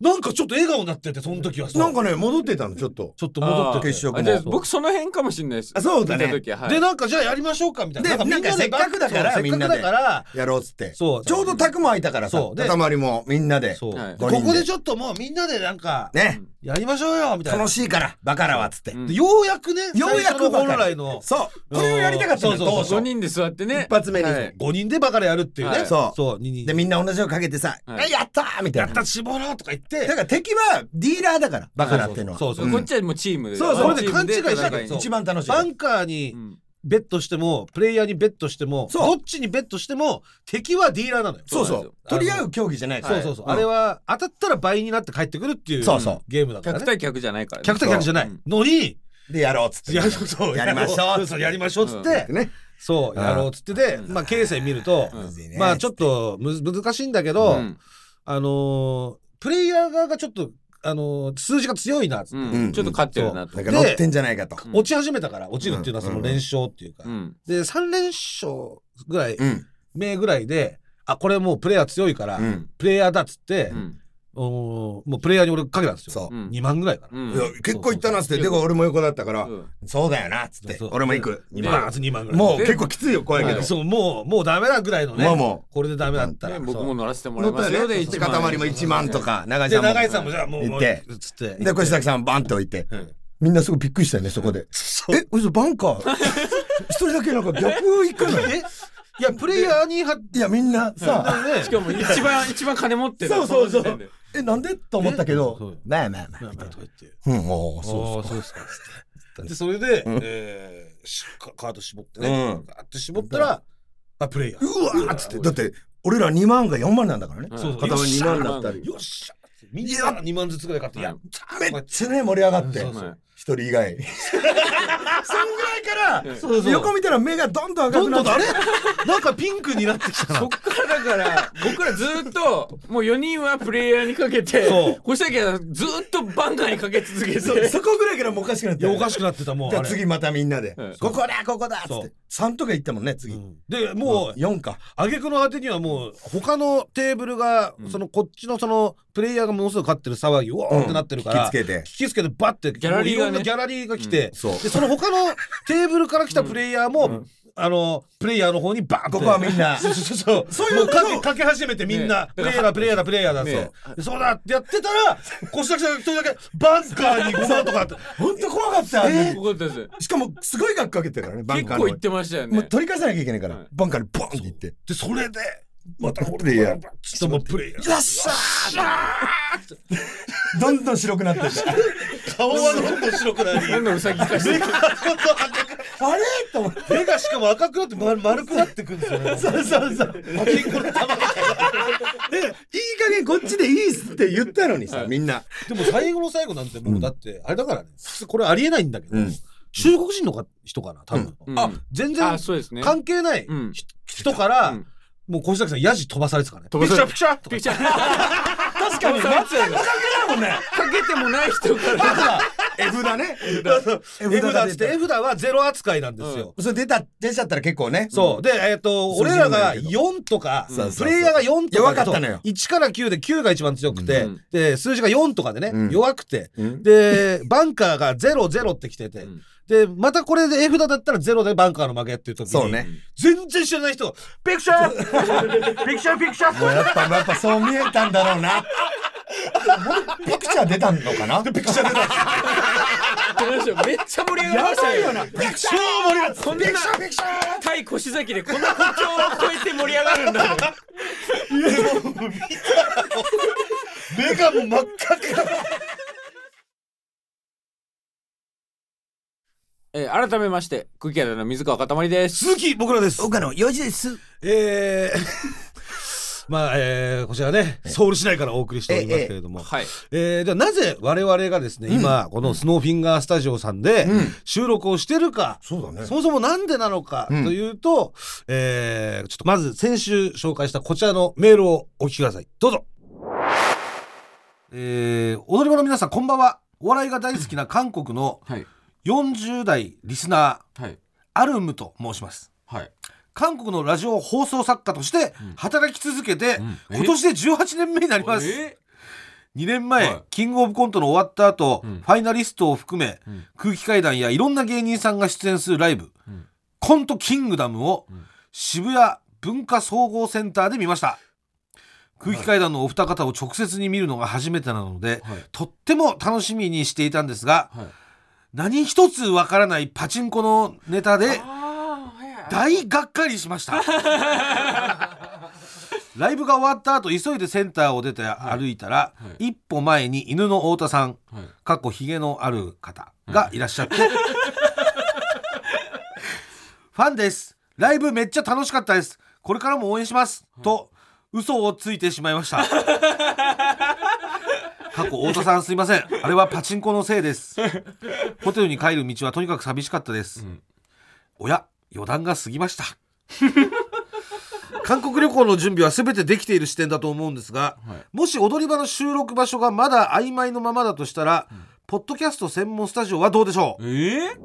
Speaker 8: なんかちょっと笑顔になっててその時はさ
Speaker 4: なんかね戻ってたのちょっと
Speaker 8: ちょっと戻って
Speaker 4: 決勝
Speaker 2: あ
Speaker 4: も
Speaker 2: じゃあ僕その辺かもしれないです
Speaker 4: あそうだね
Speaker 2: 見た時ははい
Speaker 8: でなんかじゃあやりましょうかみたいな
Speaker 4: で
Speaker 8: み
Speaker 4: なんかせっかくだから
Speaker 8: そうせっかくだから
Speaker 4: やろうっつって
Speaker 8: そう
Speaker 4: ちょうど宅も空いたからさ
Speaker 8: そうで
Speaker 4: 塊もみんなで
Speaker 8: そう、
Speaker 2: はい
Speaker 8: でここでちょっともうみんなでなんか
Speaker 4: ね
Speaker 8: やりましょうよみたいな
Speaker 4: 楽しいからバカらはっつって
Speaker 2: うん
Speaker 8: でようやくね
Speaker 4: ようやく
Speaker 8: 最初
Speaker 4: バ
Speaker 8: の
Speaker 4: カ
Speaker 8: 本来の
Speaker 4: そうこれをやりたかったのよ
Speaker 8: そうそう
Speaker 2: 5
Speaker 4: 当
Speaker 8: そう
Speaker 4: 初
Speaker 2: 人で座ってね
Speaker 4: 一発目に
Speaker 2: はい
Speaker 8: 5人でバカラやるっていうね、
Speaker 2: はい
Speaker 4: そう
Speaker 8: そう2人
Speaker 4: でみんな同じのかけてさ「
Speaker 2: はい
Speaker 4: えやった!」みたい
Speaker 8: やっ
Speaker 4: な
Speaker 8: た
Speaker 4: だ
Speaker 8: 絞ろうとか言って
Speaker 4: から敵はディーラーだからバカらっていうのは
Speaker 8: そうそう
Speaker 4: うん
Speaker 2: こっちはもうチームで
Speaker 4: そうそう
Speaker 2: ワンチームで
Speaker 8: これで勘違いしちゃう
Speaker 2: 戦いに
Speaker 8: そう
Speaker 4: 一番楽しい
Speaker 8: バンカーに
Speaker 2: うん
Speaker 8: ベットしてもプレイヤーにベットしても
Speaker 4: そう
Speaker 8: どっちにベットしても敵はディーラーなのよ
Speaker 4: そうそ
Speaker 2: そうなん
Speaker 4: う取り合う競技じゃないから
Speaker 8: そうそうそう、あれ
Speaker 4: は
Speaker 8: は当たったら倍になって帰ってくるっていう
Speaker 4: そうそう
Speaker 8: ゲームだから
Speaker 2: 客
Speaker 8: ね
Speaker 2: 対客じゃないからね
Speaker 8: 客対客じゃないのに、
Speaker 4: でやろうっつって
Speaker 8: やそう
Speaker 4: やりましょう
Speaker 8: そうそうやりましょうっつって、
Speaker 4: ね
Speaker 8: そうやろうっつってで、
Speaker 2: うん
Speaker 8: まあ形成見ると、
Speaker 2: うん
Speaker 8: まあちょっとむず難しいんだけど、
Speaker 2: うん
Speaker 8: あのープレイヤー側がちょっと、あのー数字が強いなっつって、
Speaker 2: うんちょっと勝ってるなと
Speaker 4: なんか乗ってんじゃないかと
Speaker 2: うん
Speaker 8: 落ち始めたから落ちるっていうのはその連勝っていうか、
Speaker 2: うん
Speaker 8: で3連勝ぐらい
Speaker 4: うん
Speaker 8: 目ぐらいであこれもうプレイヤー強いから、
Speaker 4: うん
Speaker 8: プレイヤーだっつって、
Speaker 2: うん
Speaker 8: おーもうプレイヤーに俺かけたんですよ
Speaker 4: そう
Speaker 2: うん
Speaker 8: 2万ぐらいか
Speaker 2: う
Speaker 8: な、
Speaker 4: いや
Speaker 2: ん
Speaker 4: 結構いったなっつってでも俺も横だったから
Speaker 2: うん
Speaker 4: そうだよなっつって
Speaker 8: そうそう
Speaker 4: 俺も行く
Speaker 8: 二万2万ぐらい
Speaker 4: もう結構きついよ怖いけど
Speaker 8: はいそうもうもうダメだぐらいのね、
Speaker 4: まあも
Speaker 8: これでダメだったら、
Speaker 2: ね僕
Speaker 8: そう
Speaker 2: も乗らせてもらい
Speaker 4: 乗っ
Speaker 2: ま
Speaker 4: た
Speaker 2: す
Speaker 4: よ
Speaker 2: よ
Speaker 4: ね
Speaker 2: で
Speaker 4: で
Speaker 2: 一
Speaker 4: 塊も1万とか永井
Speaker 8: で
Speaker 4: さんも
Speaker 8: 長井さんもじゃあもう
Speaker 4: 行って
Speaker 8: もうつって
Speaker 4: で越崎さんバンと置いて
Speaker 8: うん
Speaker 4: みんなすごいびっくりしたよねそこで
Speaker 8: そう
Speaker 4: え嘘バンカー (laughs) 一人だけなんか逆行くの
Speaker 8: えいやプレイヤーには、
Speaker 4: いやみんなさ
Speaker 8: ね
Speaker 2: し、かも一番一番金持ってる
Speaker 4: そうそうそ
Speaker 2: の時
Speaker 4: う
Speaker 2: 点で
Speaker 4: えなんでと思ったけ
Speaker 8: そう
Speaker 4: ど
Speaker 8: よ
Speaker 4: まあまあまあ
Speaker 8: まあまあとか言って
Speaker 4: うんおーそう
Speaker 8: ああそうですか (laughs) でそれで、えーしカカード絞ってね、
Speaker 4: うん
Speaker 8: ガーッと絞ったらあプレイヤー
Speaker 4: うわーっつってだって俺ら2万が4万なんだからね
Speaker 2: そうそう
Speaker 4: 片方2万だったり
Speaker 8: よっしゃみんな2万ずつぐらい買ってやった
Speaker 4: めっちゃね盛り上がって
Speaker 8: そう
Speaker 4: 一
Speaker 8: そう
Speaker 4: 人以
Speaker 8: (laughs)
Speaker 4: 外そんぐらい
Speaker 8: そう
Speaker 4: から横見たら目がどんどん
Speaker 8: ど
Speaker 4: 赤
Speaker 8: ん
Speaker 4: くなん
Speaker 8: ど
Speaker 4: っ
Speaker 8: とあれ
Speaker 4: て
Speaker 8: なんかピンクになってきたな
Speaker 2: そっからだから僕らずーっともう4人はプレイヤーにかけて
Speaker 8: そう
Speaker 2: こしたけどずーっとバンカーにかけ続けて
Speaker 4: そうそこぐらいからもうおかしくなっ
Speaker 8: い
Speaker 4: て
Speaker 8: やおかしくなってたもう
Speaker 4: じゃ
Speaker 8: あ
Speaker 4: あ
Speaker 8: れ
Speaker 4: 次またみんなで
Speaker 2: うん
Speaker 4: 「ここだここだ」っつ
Speaker 8: そ
Speaker 4: っ
Speaker 8: う
Speaker 4: て3とか言ったもんね次
Speaker 8: でも
Speaker 4: もう
Speaker 8: う
Speaker 4: 4か
Speaker 8: 挙句の果てにはもう他のテーブルが、
Speaker 2: うん
Speaker 8: そのこっちのそのプレイヤーがものすごく勝ってる騒ぎうわーってなってるから、
Speaker 4: 引きつけて
Speaker 8: 聞きつけてバッてギ
Speaker 2: ャラリーがね
Speaker 8: ギャラリーが来て、
Speaker 4: そう
Speaker 8: でその他のテーブルから来たプレイヤーも、あのプレイヤーの方にバーンって
Speaker 4: ここはみんな
Speaker 8: (laughs) そうそうそうそう
Speaker 4: いう
Speaker 8: もうか
Speaker 4: こ
Speaker 8: け
Speaker 4: と
Speaker 8: かけ始めてみんな、
Speaker 2: ね
Speaker 8: プレイヤーだプレイヤーだプレイヤーだ、
Speaker 2: ね
Speaker 8: そうでそうだってやってたら小崎さんが一人だけバンカーに5万とかあって
Speaker 4: (laughs) 本当怖かった
Speaker 2: ここです
Speaker 4: しかもすごい額かけてたからねバン
Speaker 2: 結
Speaker 4: カー
Speaker 2: 構行
Speaker 4: の
Speaker 2: ってましたよ
Speaker 4: も
Speaker 2: ね
Speaker 4: う取り返さなきゃいけないか
Speaker 2: はい
Speaker 4: らバンカーにボンっていって
Speaker 8: でそれでまた
Speaker 4: プレイヤー
Speaker 8: ちょっともうプレイヤー
Speaker 4: よっしゃ
Speaker 8: (laughs)
Speaker 4: ーどんどん白くなってる
Speaker 8: 顔はどんどん白くなり
Speaker 2: なんでうさぎ化してる
Speaker 4: あれと思って
Speaker 8: 目がしかも赤くなって丸丸くなってくるんですよね。 (laughs) そうそうそう。パチンコの玉
Speaker 4: (laughs)
Speaker 8: が
Speaker 4: いい加減こっちでいいっすって言ったのにさみんな
Speaker 8: でも最後の最後なんてもうだって、あれだからね、普通これありえないんだけど、
Speaker 4: うん
Speaker 8: 中国人のか人かな、多分。
Speaker 2: うん
Speaker 8: あ
Speaker 2: うん、
Speaker 8: 全
Speaker 2: あ
Speaker 8: 然
Speaker 2: そうですね
Speaker 8: 関係ない
Speaker 2: うん
Speaker 8: 人から、
Speaker 2: うん
Speaker 8: もう小崎さん、ヤジ飛ばされてたからね。
Speaker 2: 飛ばされ
Speaker 8: ピクチャーピク
Speaker 2: ピ
Speaker 8: チ (laughs)
Speaker 2: クチャー確かに全く関係ないもんねかけてもない人から
Speaker 4: 絵札ね
Speaker 8: ャーとか。
Speaker 4: 絵
Speaker 8: 絵札っつ
Speaker 4: 出
Speaker 8: って、
Speaker 4: て
Speaker 8: 絵札はゼロ扱いなんですよ。
Speaker 4: それ出た出ちゃったら結構ね
Speaker 8: そう。で、えっ、と、
Speaker 4: 数字
Speaker 8: 俺
Speaker 4: に
Speaker 8: ら
Speaker 4: もよ
Speaker 8: が
Speaker 4: るけど
Speaker 8: 4とか
Speaker 4: そうそう、そう
Speaker 8: プレイヤーが4と
Speaker 4: 弱
Speaker 8: かだと、
Speaker 4: かったのよ
Speaker 8: 1から9で9が一番強くて、
Speaker 2: うん
Speaker 8: で、数字が4とかでね、
Speaker 4: うん
Speaker 8: 弱くて、
Speaker 4: うん
Speaker 8: で、バンカーが0、0ってきてて、
Speaker 2: ん
Speaker 8: で、またこれで絵札だったら0でバンカーの負けっていう時に、
Speaker 4: そうね
Speaker 8: 全然知らない人が、ピクチャ (laughs) ーピクチャーピクチャ
Speaker 4: もう
Speaker 8: ー
Speaker 4: やっぱやっぱそう見えたんだろうなピクチャー出たのかなピクチャー出た
Speaker 2: めっちゃ盛り上がりましたよな
Speaker 4: 超盛り上がった
Speaker 2: こんな対腰崎でこんな国境を越えて盛り上がるんだ
Speaker 8: 目がもう真っ赤
Speaker 2: えー改めまして空気アナの水川かたまりです
Speaker 8: 続き、僕らです。
Speaker 4: 岡野4時です
Speaker 8: えー、まあ、えー、こち (laughs) らね、ソウル市内からお送りしておりますけれども、
Speaker 2: はい
Speaker 8: えー、ではなぜ我々がですね、今このスノーフィンガースタジオさんで収録をしてるか、
Speaker 4: そうだね
Speaker 8: そもそもなんでなのかと
Speaker 4: うん
Speaker 8: いうと、えーちょっとまず先週紹介したこちらのメールをお聞きくださいどうぞえー、踊り場の皆さんこんばんはお笑いが大好きな韓国の
Speaker 2: はい
Speaker 8: 40代リスナー
Speaker 2: はい
Speaker 8: アルムと申します
Speaker 2: はい
Speaker 8: 韓国のラジオ放送作家として働き続けて、
Speaker 2: ん
Speaker 8: 今年で18年目になります、
Speaker 2: え
Speaker 8: 2年前、
Speaker 9: はい
Speaker 8: キングオブコントの終わった後、
Speaker 9: うん
Speaker 8: ファイナリストを含め、
Speaker 9: うん
Speaker 8: 空気階段やいろんな芸人さんが出演するライブ、
Speaker 9: うん
Speaker 8: コントキングダムを
Speaker 9: うん
Speaker 8: 渋谷文化総合センターで見ました空気階段のお二方を直接に見るのが初めてなので、
Speaker 9: はい
Speaker 8: とっても楽しみにしていたんですが、
Speaker 9: はい
Speaker 8: 何一つわからないパチンコのネタで大がっかりしました
Speaker 9: (laughs)
Speaker 8: ライブが終わった後急いでセンターを出て歩いたら、
Speaker 9: はいはい
Speaker 8: 一歩前に犬の太田さん
Speaker 9: はい
Speaker 8: かっこひげのある方がいらっしゃって、 (laughs) ファンですライブめっちゃ楽しかったですこれからも応援します、と嘘をついてしまい
Speaker 9: (laughs)
Speaker 8: ました過去太田さんすいませんあれはパチンコのせいですホテルに帰る道はとにかく寂しかったです、
Speaker 9: うん
Speaker 8: おや余談が過ぎました韓国旅行の準備は全てできている視点だと思うんですが、
Speaker 9: はい
Speaker 8: もし踊り場の収録場所がまだ曖昧のままだとしたら、ポッドキャスト専門スタジオはどうでしょう、
Speaker 9: ええ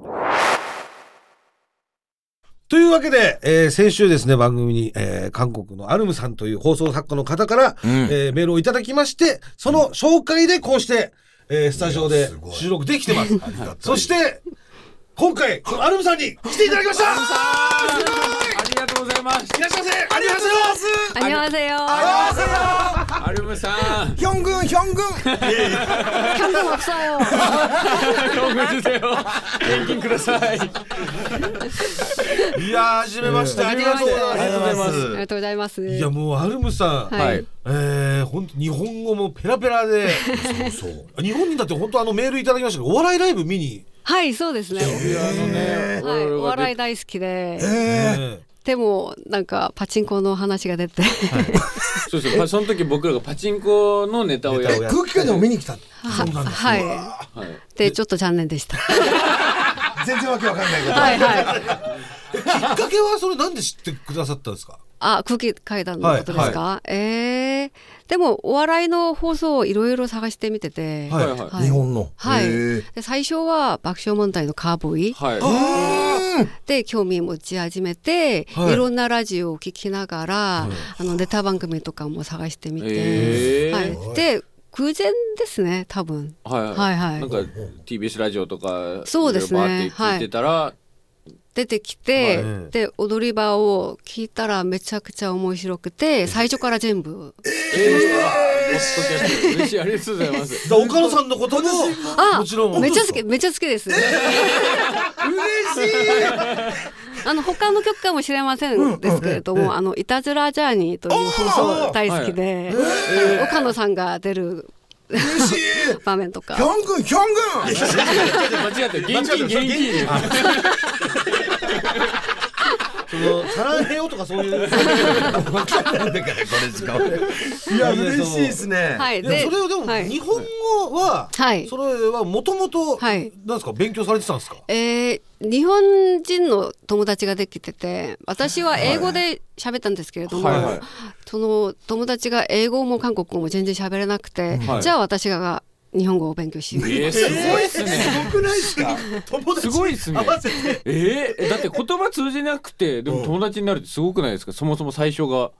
Speaker 8: というわけで、えー先週ですね番組に、えー韓国のアルムさんという放送作家の方から、えーメールをいただきましてその紹介でこうして、えースタジオ
Speaker 9: いや
Speaker 8: です
Speaker 9: ごい
Speaker 8: 収録できてます。そして今回このアルムさんに来ていただきました
Speaker 2: ありがとうございます
Speaker 8: いらっしゃいませありがとうございます
Speaker 10: 안녕하세요
Speaker 2: アルムさん
Speaker 4: ヒョングンヒョングン
Speaker 10: 현금
Speaker 2: (laughs)
Speaker 10: 없어요.
Speaker 2: どうもですよ現金ください
Speaker 8: いやー、はじめまして、ありがとうございます。
Speaker 10: あり
Speaker 2: がとうございます
Speaker 10: ありがとうございます。
Speaker 8: いや、もう、アルムさん、
Speaker 10: はい
Speaker 8: えー、本当日本語もペラペラで、そうそう。 (laughs) 日本にだって本当あのメールいただきましたけど、お笑いライブ見に、
Speaker 10: はい、そうですね。はい、お笑い大好きで、
Speaker 8: え
Speaker 10: でもなんかパチンコの話が出て、
Speaker 2: そうそうまその時僕らがパチンコのネタをやる
Speaker 8: ネ
Speaker 4: 空気階段を見に来た
Speaker 10: は
Speaker 2: はい
Speaker 10: い、でちょっと残念でした。
Speaker 4: 全然わけわかんないけど
Speaker 10: はいはい。
Speaker 8: ーきっかけはそれなんで知ってくださったんですか
Speaker 10: あ、空気階段のことですか。えーでもお笑いの放送をいろいろ探してみてて、
Speaker 8: はい
Speaker 2: はい
Speaker 10: はい
Speaker 4: 日本の
Speaker 10: はい
Speaker 4: へー
Speaker 10: で最初は爆笑問題のカーボーイ
Speaker 2: はい
Speaker 10: で興味持ち始めて、
Speaker 8: はい
Speaker 10: い、ろんなラジオを聞きながら、あのネタ番組とかも探してみて、
Speaker 2: えー
Speaker 10: はい、で偶然ですね多分
Speaker 2: はい
Speaker 10: はいはい
Speaker 2: なんか TBS ラジオとか
Speaker 10: そうです
Speaker 2: い
Speaker 10: ね
Speaker 2: ろいろバーって聞いてたら、
Speaker 10: 出てきて、
Speaker 8: はい
Speaker 10: で踊り場を聞いたらめちゃくちゃ面白くて最初から全部
Speaker 2: えー、嬉しいありがとうございます
Speaker 8: だから岡野さんのことも、
Speaker 10: あ
Speaker 8: もちろん。
Speaker 10: めっちゃ好きめっちゃ好きです、
Speaker 8: 嬉しい
Speaker 10: あの他の曲かもしれませんですけれども、あのいたずらジャーニーという放送大好きで、あの岡野さんが出る (laughs) 場面と
Speaker 4: ヒョ
Speaker 10: か
Speaker 4: ングンヒョングン
Speaker 2: 間違ってる現金現金
Speaker 8: その、サランヘヨとかそういう。
Speaker 4: いや嬉しいですね。
Speaker 10: はい
Speaker 8: でも
Speaker 10: で
Speaker 8: それをでも、
Speaker 10: はい
Speaker 8: 日本語は、
Speaker 10: はい
Speaker 8: それはもともと、
Speaker 10: は
Speaker 8: ないんですか、勉強されてたんですか
Speaker 10: えー日本人の友達ができてて私は英語で喋ったんですけれども、
Speaker 2: はいはい
Speaker 10: その友達が英語も韓国語も全然喋れなくて、
Speaker 2: はい
Speaker 10: じゃあ私が日本語を勉強しよう
Speaker 2: えー、すごいっすね
Speaker 8: すごくないですか友達
Speaker 2: すごいっすね
Speaker 8: 合わせて。
Speaker 2: えー、だって言葉通じなくてでも友達になるってすごくないですかそもそも最初が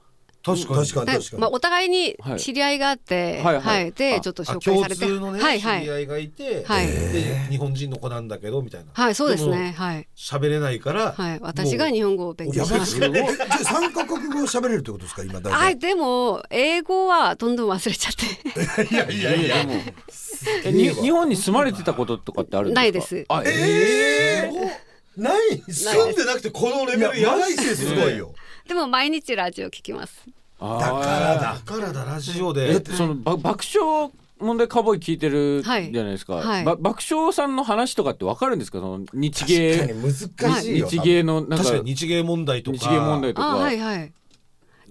Speaker 4: 確かに確かに
Speaker 10: で
Speaker 4: 確かに。
Speaker 10: まあ、お互いに
Speaker 2: はい
Speaker 10: 知り合いがあって、
Speaker 2: は
Speaker 10: はいい
Speaker 2: はいあ
Speaker 10: でちょっと
Speaker 8: あ
Speaker 10: 紹介
Speaker 8: 共
Speaker 10: されて、
Speaker 8: 通のね、
Speaker 10: はいは
Speaker 8: 知り
Speaker 10: い、
Speaker 8: 合いがいて、
Speaker 10: はい
Speaker 8: で日本人の子なんだけどみたいな
Speaker 10: はい、そうです
Speaker 8: でも
Speaker 10: ねはい、
Speaker 8: 喋れないから、
Speaker 10: はい、私が
Speaker 8: もう
Speaker 10: 日本語を勉強
Speaker 4: や
Speaker 10: し
Speaker 4: ばい
Speaker 10: ま
Speaker 4: っ
Speaker 10: す
Speaker 4: すね。えじゃあ三カ国語喋れるってことですか今大
Speaker 10: は
Speaker 4: 体。
Speaker 10: いでも英語はどんどん忘れちゃって (laughs)
Speaker 2: いやいやもうえに日本に住まれてたこととかってあるんですか
Speaker 10: ないです
Speaker 2: あえー
Speaker 4: ええないっす
Speaker 8: 住んでなくてこのレベルやばいっすね
Speaker 4: すごいよ。
Speaker 10: でも毎日ラジオ聞きます
Speaker 2: あー
Speaker 4: だからだ。
Speaker 8: だからだラジオ
Speaker 2: えだ
Speaker 8: で
Speaker 2: ってそのば爆笑問題カーボーイ聞いてるじゃないですか、
Speaker 10: はいはい
Speaker 2: ば爆笑さんの話とかってわかるんですかその日
Speaker 4: 確か
Speaker 2: 芸
Speaker 4: に難しいよ。
Speaker 2: 日芸のなんか
Speaker 8: 確かに日芸問題とか
Speaker 2: 日芸問題とか
Speaker 10: あはいはい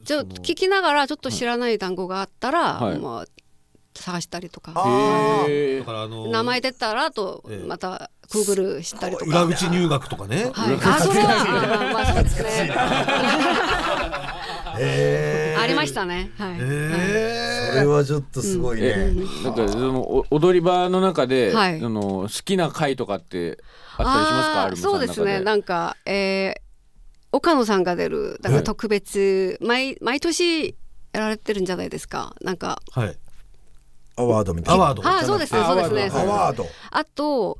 Speaker 10: じゃあ聞きながらちょっと知らない単語があったら、
Speaker 2: はい
Speaker 10: まあ、探したりとか、
Speaker 2: へ
Speaker 8: だからあの
Speaker 10: 名前出たらあと
Speaker 8: ええ
Speaker 10: またグーグルしたりとか、
Speaker 8: 裏口入学とかね、
Speaker 10: はい、あそれはあーまあそうですねありましたねはい、
Speaker 4: 多
Speaker 8: え
Speaker 4: 分それはちょっとすごい
Speaker 2: え
Speaker 4: ね。
Speaker 2: なんかそのお踊り場の中で、
Speaker 10: はい
Speaker 2: あの好きな回とかってあったりしますか
Speaker 10: あ
Speaker 2: ア
Speaker 10: ー
Speaker 2: ルムさん
Speaker 10: そ
Speaker 2: の
Speaker 10: う
Speaker 2: 中
Speaker 10: で
Speaker 2: です
Speaker 10: ねなんかえー岡野さんが出るだから特別、毎毎年やられてるんじゃないですかなんか
Speaker 8: ーはい
Speaker 4: アワードみたい
Speaker 8: ア
Speaker 4: な
Speaker 8: ワード
Speaker 10: あそうですねそうですね
Speaker 4: アワード
Speaker 10: あと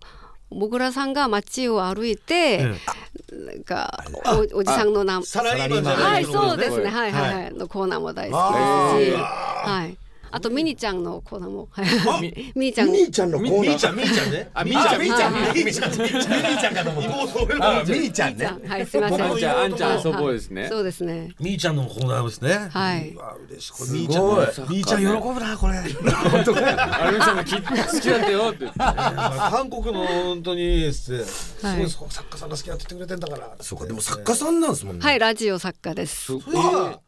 Speaker 10: もぐらさんが街を歩いて、なんかおおじさんの名前
Speaker 8: サラリーマンじゃな
Speaker 10: はいい、
Speaker 8: けど
Speaker 10: そうですね。はいはいはい。のコーナーも大好きですし、はい。あとミニちゃんのコーナーも、はい (laughs) ミニちゃん。
Speaker 4: ミーちゃんのコー
Speaker 8: み
Speaker 4: ナ
Speaker 8: ーちゃ
Speaker 4: ー
Speaker 8: んみーちゃんね
Speaker 2: あみ
Speaker 8: ー
Speaker 2: ーちゃん
Speaker 8: みーちゃん
Speaker 10: は
Speaker 8: みーちゃんみーちゃん
Speaker 4: ミーちゃんかと思った
Speaker 8: 妹俺
Speaker 4: あ
Speaker 8: の
Speaker 4: ミーちゃん
Speaker 10: ミニち
Speaker 4: ね
Speaker 10: ゃんはい、すみません。
Speaker 2: あんちゃんあんちゃん遊ぼうです
Speaker 10: は
Speaker 2: ね
Speaker 10: い (laughs) そうですね。
Speaker 8: みーちゃんのコーナーですね
Speaker 10: はい。
Speaker 8: あ嬉しいこれみーちゃんのみーちゃん喜ぶなこれ
Speaker 2: あれちゃんがき好きだったよって言って
Speaker 8: 韓国の本当にすごい
Speaker 10: はい
Speaker 8: 作家さんが好きだって言ってくれてんだから
Speaker 4: そうかでも作家さんなんですもんね
Speaker 10: はい、ラジオ作家です。
Speaker 8: それは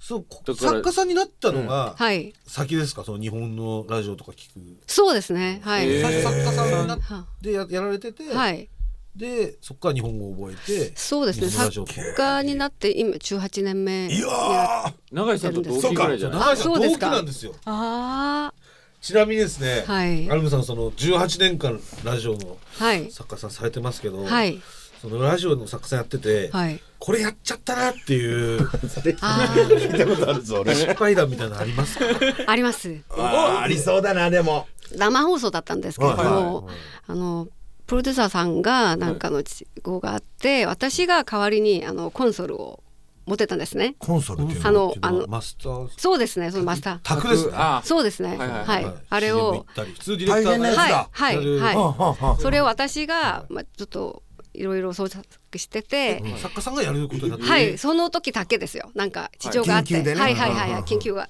Speaker 8: そうこ
Speaker 2: だから
Speaker 8: 作家さんになったのが
Speaker 10: はい。
Speaker 8: 先ですかその日本のラジオとか聞く
Speaker 10: そうですね。はい。
Speaker 2: へ
Speaker 8: 最
Speaker 2: ー
Speaker 8: 初作家さんになっ
Speaker 10: は
Speaker 8: てややられてて
Speaker 10: はい。
Speaker 8: でそこから日本語を覚えて
Speaker 10: そうですね。
Speaker 8: 日本ラジオ
Speaker 10: 作
Speaker 8: とか
Speaker 10: 家になって今18年目。
Speaker 4: いやー
Speaker 2: 永井さんと同期ぐらいじゃない
Speaker 8: 長井さん
Speaker 10: そうで
Speaker 8: 同
Speaker 10: す
Speaker 8: 期
Speaker 10: か
Speaker 8: なんですよ
Speaker 10: あ
Speaker 8: ちなみにですね
Speaker 10: あ。はい
Speaker 8: ア。ルムさんその18年間ラジオの
Speaker 10: はい。
Speaker 8: 作家さんされてますけど
Speaker 10: はい。
Speaker 8: そのラジオの作家さんやってて
Speaker 10: はい。
Speaker 8: これやっちゃったなっていう
Speaker 10: あ
Speaker 4: 聞いたことあるぞ俺
Speaker 8: 失敗談みたいなのありますか
Speaker 10: あ、あります。
Speaker 4: ありそうだなでも
Speaker 10: 生放送だったんですけれども、
Speaker 4: はい
Speaker 10: あのプロデューサーさんがなんかの事故があって、私が代わりにあのコンソールを持ってたんですね。
Speaker 4: コンソルっていうの
Speaker 10: あのあの
Speaker 8: マスター
Speaker 10: そうですね、そのマスター。
Speaker 8: タクですね
Speaker 2: あ
Speaker 10: そうですね、
Speaker 2: は
Speaker 10: はいい、
Speaker 2: はい
Speaker 10: あれ
Speaker 8: CM 行
Speaker 10: を
Speaker 8: っ、たり普通ディレクター
Speaker 4: 大変な
Speaker 8: が
Speaker 4: やつ
Speaker 10: はい
Speaker 4: だ、
Speaker 10: はい、
Speaker 4: は
Speaker 10: は、
Speaker 4: あはい
Speaker 10: それを私が、まあ、ちょっといろいろ捜索してて。
Speaker 8: 作家さんがやることになって
Speaker 10: はい、その時だけですよ。なんか事情があって、
Speaker 4: は
Speaker 10: は
Speaker 4: 緊急
Speaker 10: いい、
Speaker 4: でね
Speaker 10: はいはいはいはい緊急が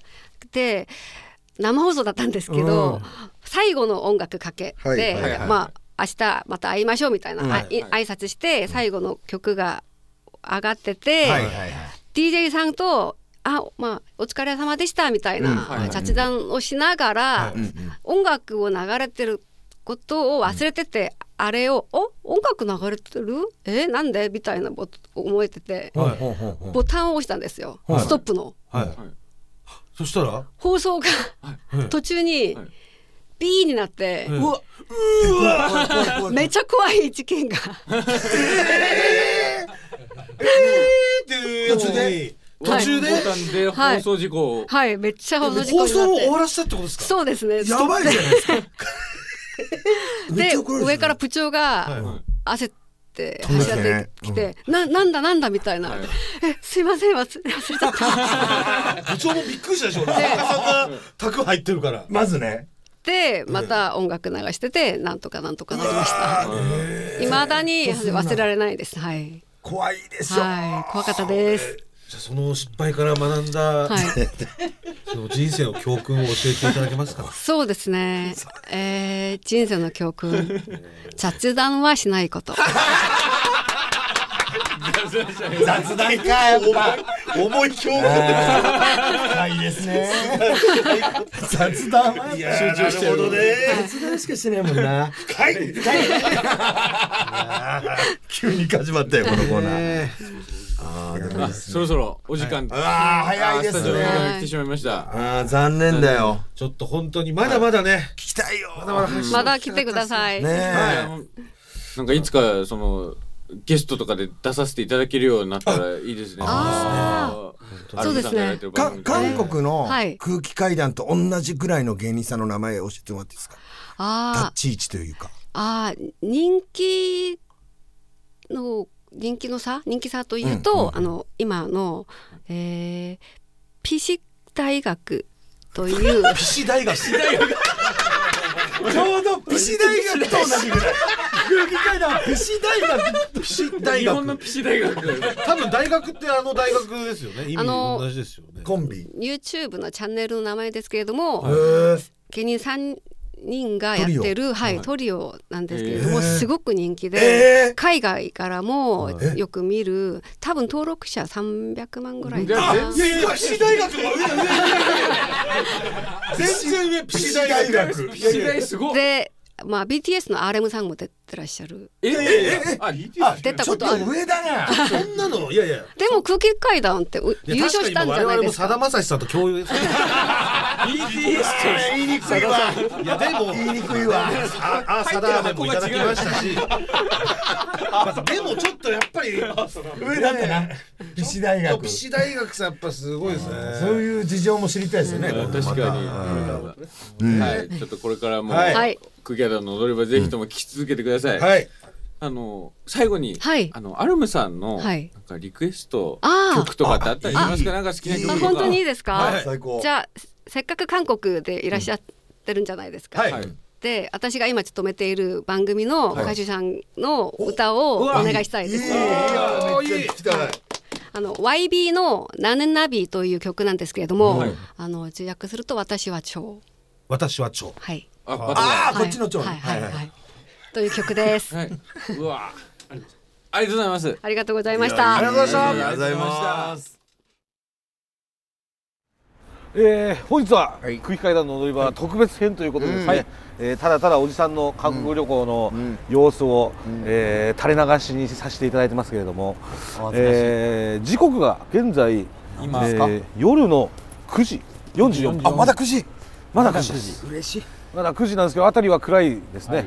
Speaker 10: で生放送だったんですけ
Speaker 4: う
Speaker 10: ど、
Speaker 4: ん
Speaker 10: 最後の音楽かけて、
Speaker 4: はいはい
Speaker 2: はい
Speaker 10: まあ明日また会いましょうみたいな、
Speaker 4: うん
Speaker 10: あい挨拶して最後の曲が上がってて、
Speaker 4: はいはい
Speaker 10: DJ さんと。あまあ、お疲れ様でしたみたい
Speaker 4: うん
Speaker 2: はいは
Speaker 10: ない雑談をしながら
Speaker 4: うんうん
Speaker 10: 音楽を流れてることを忘れてて、あれを「お音楽流れてるえなんで?」みたいなこと思えてて、
Speaker 4: ほうほうほうほう
Speaker 10: ボタンを押したんですよ、
Speaker 4: はい
Speaker 10: ストップの
Speaker 8: そしたら
Speaker 10: 放送が途中に
Speaker 2: はい
Speaker 10: B になって、
Speaker 8: ん
Speaker 10: うわうわめちゃ怖い事件が
Speaker 8: っていうやつで
Speaker 2: 途
Speaker 10: 途
Speaker 2: 中
Speaker 10: 中
Speaker 2: で
Speaker 10: で
Speaker 2: ボタンで放送事故を
Speaker 10: はいめっちゃ放送事故
Speaker 8: 放
Speaker 10: にな
Speaker 8: 送を
Speaker 10: って
Speaker 8: 終わらせたってことですか
Speaker 10: そうです
Speaker 4: やば
Speaker 10: ね
Speaker 4: いじゃないですかめっ
Speaker 10: で
Speaker 4: ちゃ怒られてる
Speaker 10: 上から部長
Speaker 8: はい
Speaker 10: が焦って
Speaker 4: 飛んできて
Speaker 10: 走ら
Speaker 4: ね
Speaker 10: れてきて「ななんだなんだ」みたいな
Speaker 2: はい
Speaker 10: 「えすいません忘れ忘れちゃった」
Speaker 8: 部長もびっくりしたでしょ俺作家さんが宅入ってるから
Speaker 4: まずね
Speaker 10: でまた音楽流しててなんとかなんとかなりましたいまだに忘れられないですはい
Speaker 4: 怖いでしょ
Speaker 10: はい怖かったです
Speaker 8: じゃあその失敗から学んだ
Speaker 10: はい
Speaker 8: その人生の教訓を教えていただけますか
Speaker 10: そうですね。えー、人生の教訓。雑談はしないこと。
Speaker 4: 雑談かやっぱ
Speaker 8: 重い教訓
Speaker 4: 深いですね雑談はやっぱ
Speaker 8: 集中してるなるほどね
Speaker 4: 雑談しかしてないもんな深い深い急に始まったよこのコーナーあーでも
Speaker 2: あそろそろお時間
Speaker 4: うわー早
Speaker 2: あ
Speaker 4: い
Speaker 2: ス
Speaker 4: で
Speaker 2: タジ
Speaker 4: す
Speaker 2: オの時
Speaker 4: ね
Speaker 2: 間が来てしまいました
Speaker 4: あー残念だよ
Speaker 8: ちょっと本当にまだまだね
Speaker 4: 聞きたいよ
Speaker 10: まだ来てください。
Speaker 4: ね
Speaker 2: はいあ
Speaker 4: え
Speaker 2: のなんかいつかそのゲストとかで出させていただけるようになったらいいですね
Speaker 10: あ
Speaker 2: あの
Speaker 10: そうで
Speaker 2: アルミさ
Speaker 10: すね
Speaker 2: んがやられてる番
Speaker 4: か
Speaker 2: 組
Speaker 4: 韓国の
Speaker 10: はい
Speaker 4: 空気階段と同じぐらいの芸人さんの名前教えてもらっていいですか立
Speaker 10: あ
Speaker 4: ち位置というか
Speaker 10: あ、あー人気の人気の差人気差というと、
Speaker 4: うんうん
Speaker 10: あの今の、えー、ピシ大学という
Speaker 8: ピシ大学
Speaker 4: ちょうどピシ大学と同じぐらい空気階段はピシ大学
Speaker 8: ピシ大
Speaker 2: 日本の
Speaker 8: 学
Speaker 2: ピシ大学
Speaker 8: 多分大学ってあの大学ですよね意味
Speaker 10: あの
Speaker 8: 同じですよね
Speaker 4: コンビ
Speaker 10: YouTube のチャンネルの名前ですけれども、芸人3人がやってるはい、トリオなんですけれども、
Speaker 4: えー
Speaker 10: すごく人気で、
Speaker 4: えー
Speaker 10: 海外からも
Speaker 4: え
Speaker 10: よく見る多分登録者300万ぐらい
Speaker 2: じゃ
Speaker 10: か
Speaker 2: あ
Speaker 10: な
Speaker 2: 全
Speaker 8: いやいやピシ大学は上だ上だ上だ上だ全然上ピシ大学
Speaker 2: ピシ大すごい
Speaker 10: でまあ BTS の RM さんも出てらっしゃる
Speaker 2: ええあリティ
Speaker 10: 出た
Speaker 4: ちょ
Speaker 10: こ
Speaker 4: っ
Speaker 10: とある
Speaker 4: と上だな。
Speaker 8: そんなのいやいや
Speaker 10: でも空気階段ってう
Speaker 8: い
Speaker 10: 優
Speaker 8: や
Speaker 10: 勝したんじゃないで
Speaker 8: 確かに今我々
Speaker 10: す
Speaker 8: もさだ
Speaker 10: か
Speaker 8: まさしさんと共有
Speaker 2: BTS
Speaker 4: 言いにくいわ。
Speaker 8: いやでも
Speaker 4: 言いにくいわ。
Speaker 8: ああさだ飴もいただきましたしまあでもちょっとやっぱり
Speaker 4: 上だったな。岸大学。
Speaker 8: ピシ大学さんやっぱすごいですね
Speaker 4: そういう事情も知りたいですよね。
Speaker 2: と確かにはいちょっとこれからも
Speaker 8: はい
Speaker 10: はい
Speaker 2: クギャダの踊り場ぜひとも聞き続けてください
Speaker 8: はい
Speaker 2: あの最後に、
Speaker 10: はい
Speaker 2: あのアルムさんの、
Speaker 10: はい
Speaker 2: なんかリクエスト
Speaker 10: あー
Speaker 2: 曲とかってあったりしますかなんか好きな曲と
Speaker 10: あ
Speaker 2: か
Speaker 10: 本当にいいですか、
Speaker 4: はい最高。
Speaker 10: じゃあせっかく韓国でいらっしゃってるんじゃないですか、
Speaker 4: はい
Speaker 2: はい
Speaker 10: で私が今勤めている番組の歌手さんの歌をお願いしたい
Speaker 4: い
Speaker 10: で
Speaker 4: い
Speaker 10: す、
Speaker 4: いやめっちゃ聞きたい。
Speaker 10: あの YB の「ナヌナビ」という曲なんですけれども、あの中訳すると「私は蝶
Speaker 8: 私は超」
Speaker 10: はい
Speaker 2: あバ
Speaker 4: ああ
Speaker 10: はい
Speaker 4: こっちの蝶ね。
Speaker 10: はい
Speaker 4: は
Speaker 10: はい
Speaker 4: い
Speaker 10: は、
Speaker 4: はいい。
Speaker 10: という曲です、
Speaker 2: はい、うわありがとうございます
Speaker 10: ありがとうございました
Speaker 2: ありがとうございました
Speaker 4: ありがとうございます。
Speaker 3: えー本日は空気階段の踊り場特別編ということでですね、えーただただおじさんの韓国旅行の様子を、えー垂れ流しにさせていただいてますけれども、えー時刻が現在、
Speaker 2: 今
Speaker 3: えー夜の9時44分
Speaker 4: あまだ9時。
Speaker 3: まだ9時ですまだ9時なんですけど辺りは暗いですね、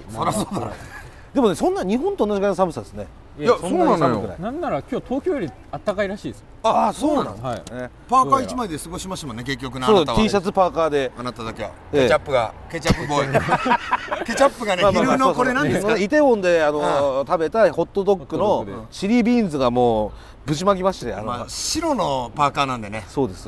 Speaker 3: でもねそんな日本と同じぐらいの寒さですねいやそうなのよ
Speaker 2: なんなら今日東京より暖かいらしいです
Speaker 3: ああそうなの、
Speaker 2: はい
Speaker 3: ね、
Speaker 4: パーカー一枚で過ごしましたもんね結局なあ
Speaker 3: そ
Speaker 4: な
Speaker 3: う
Speaker 4: たは。
Speaker 3: T シャツパーカーで
Speaker 4: あなただけは
Speaker 3: ええ
Speaker 4: ケチャップが、ケチャップボーイ (laughs) ケチャップがね、昼のこれなんですか、
Speaker 3: イテウォンであの食べたホットドッグ
Speaker 2: ホットドッグ
Speaker 3: のチリビーンズがもうぶちまきましてあの、
Speaker 4: まあ、白のパーカーなんでね
Speaker 3: そうです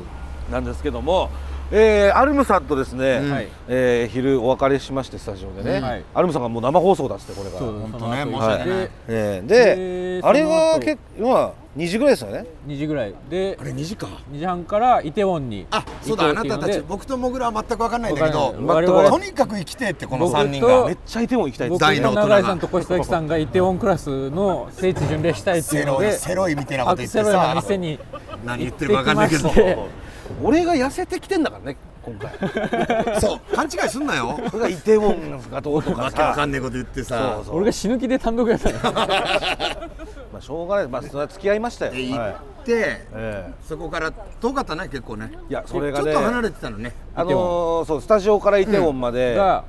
Speaker 3: なんですけども、えーアルムさんとですね、
Speaker 2: はい
Speaker 3: えー昼お別れしましてスタジオでね、
Speaker 2: はい
Speaker 3: アルムさんがもう生放送だっつってこれから、
Speaker 2: 本
Speaker 4: 当ね申し
Speaker 3: 訳
Speaker 4: ない
Speaker 2: で
Speaker 3: えーで、
Speaker 2: えー
Speaker 3: あれは
Speaker 2: その後
Speaker 3: 結構まあ2時ぐらいですよね
Speaker 2: 2時ぐらいで
Speaker 4: あれ2時か
Speaker 2: 2時半からイテウォンに
Speaker 4: あそうだあ
Speaker 2: 行こうって
Speaker 4: な
Speaker 2: い
Speaker 4: た
Speaker 2: うの
Speaker 4: た
Speaker 2: で
Speaker 4: ち僕とモグラは全く分かんないんだけ
Speaker 2: わかん
Speaker 4: ど
Speaker 2: ない
Speaker 3: 全く
Speaker 2: 我
Speaker 4: と
Speaker 2: 々
Speaker 4: にかく生きてえってこの
Speaker 2: 僕と
Speaker 4: 3人が
Speaker 3: めっちゃイテウォン行きたいで
Speaker 2: 僕
Speaker 3: す
Speaker 4: 大の
Speaker 2: と
Speaker 4: 大人が
Speaker 2: 永井さんと小石崎さんがイテウォンクラスの聖地巡礼したいってい
Speaker 4: セ
Speaker 2: うの
Speaker 4: ロイ
Speaker 2: で
Speaker 4: セロイみたいなこ
Speaker 2: ア
Speaker 4: と言
Speaker 2: ク
Speaker 4: って
Speaker 2: セロイの
Speaker 4: さ
Speaker 2: 店に
Speaker 4: 何言って
Speaker 2: 行
Speaker 4: るか分かんないけ
Speaker 2: っ
Speaker 4: ど
Speaker 2: てきまして
Speaker 3: 俺が痩せてきてんだからね今
Speaker 4: (laughs)
Speaker 3: 回
Speaker 4: そう勘違いすんなよ
Speaker 3: これがイテウォンがどうとか
Speaker 4: わけ分か
Speaker 3: さ
Speaker 4: んねえこと言って
Speaker 3: そ
Speaker 4: さ
Speaker 3: うそう
Speaker 2: 俺が死ぬ気で単独やったの
Speaker 3: まあ、しょうがない、まあ、それは付き合いましたよ、
Speaker 4: で
Speaker 3: は
Speaker 4: 行
Speaker 3: い
Speaker 4: って
Speaker 3: え
Speaker 4: そこから遠かったね結構ね
Speaker 3: えいやそれ
Speaker 4: ち
Speaker 3: が
Speaker 4: ょっ
Speaker 3: ね
Speaker 4: と離れてたのね
Speaker 3: あのーそうスタジオからイテウォンまで、
Speaker 2: が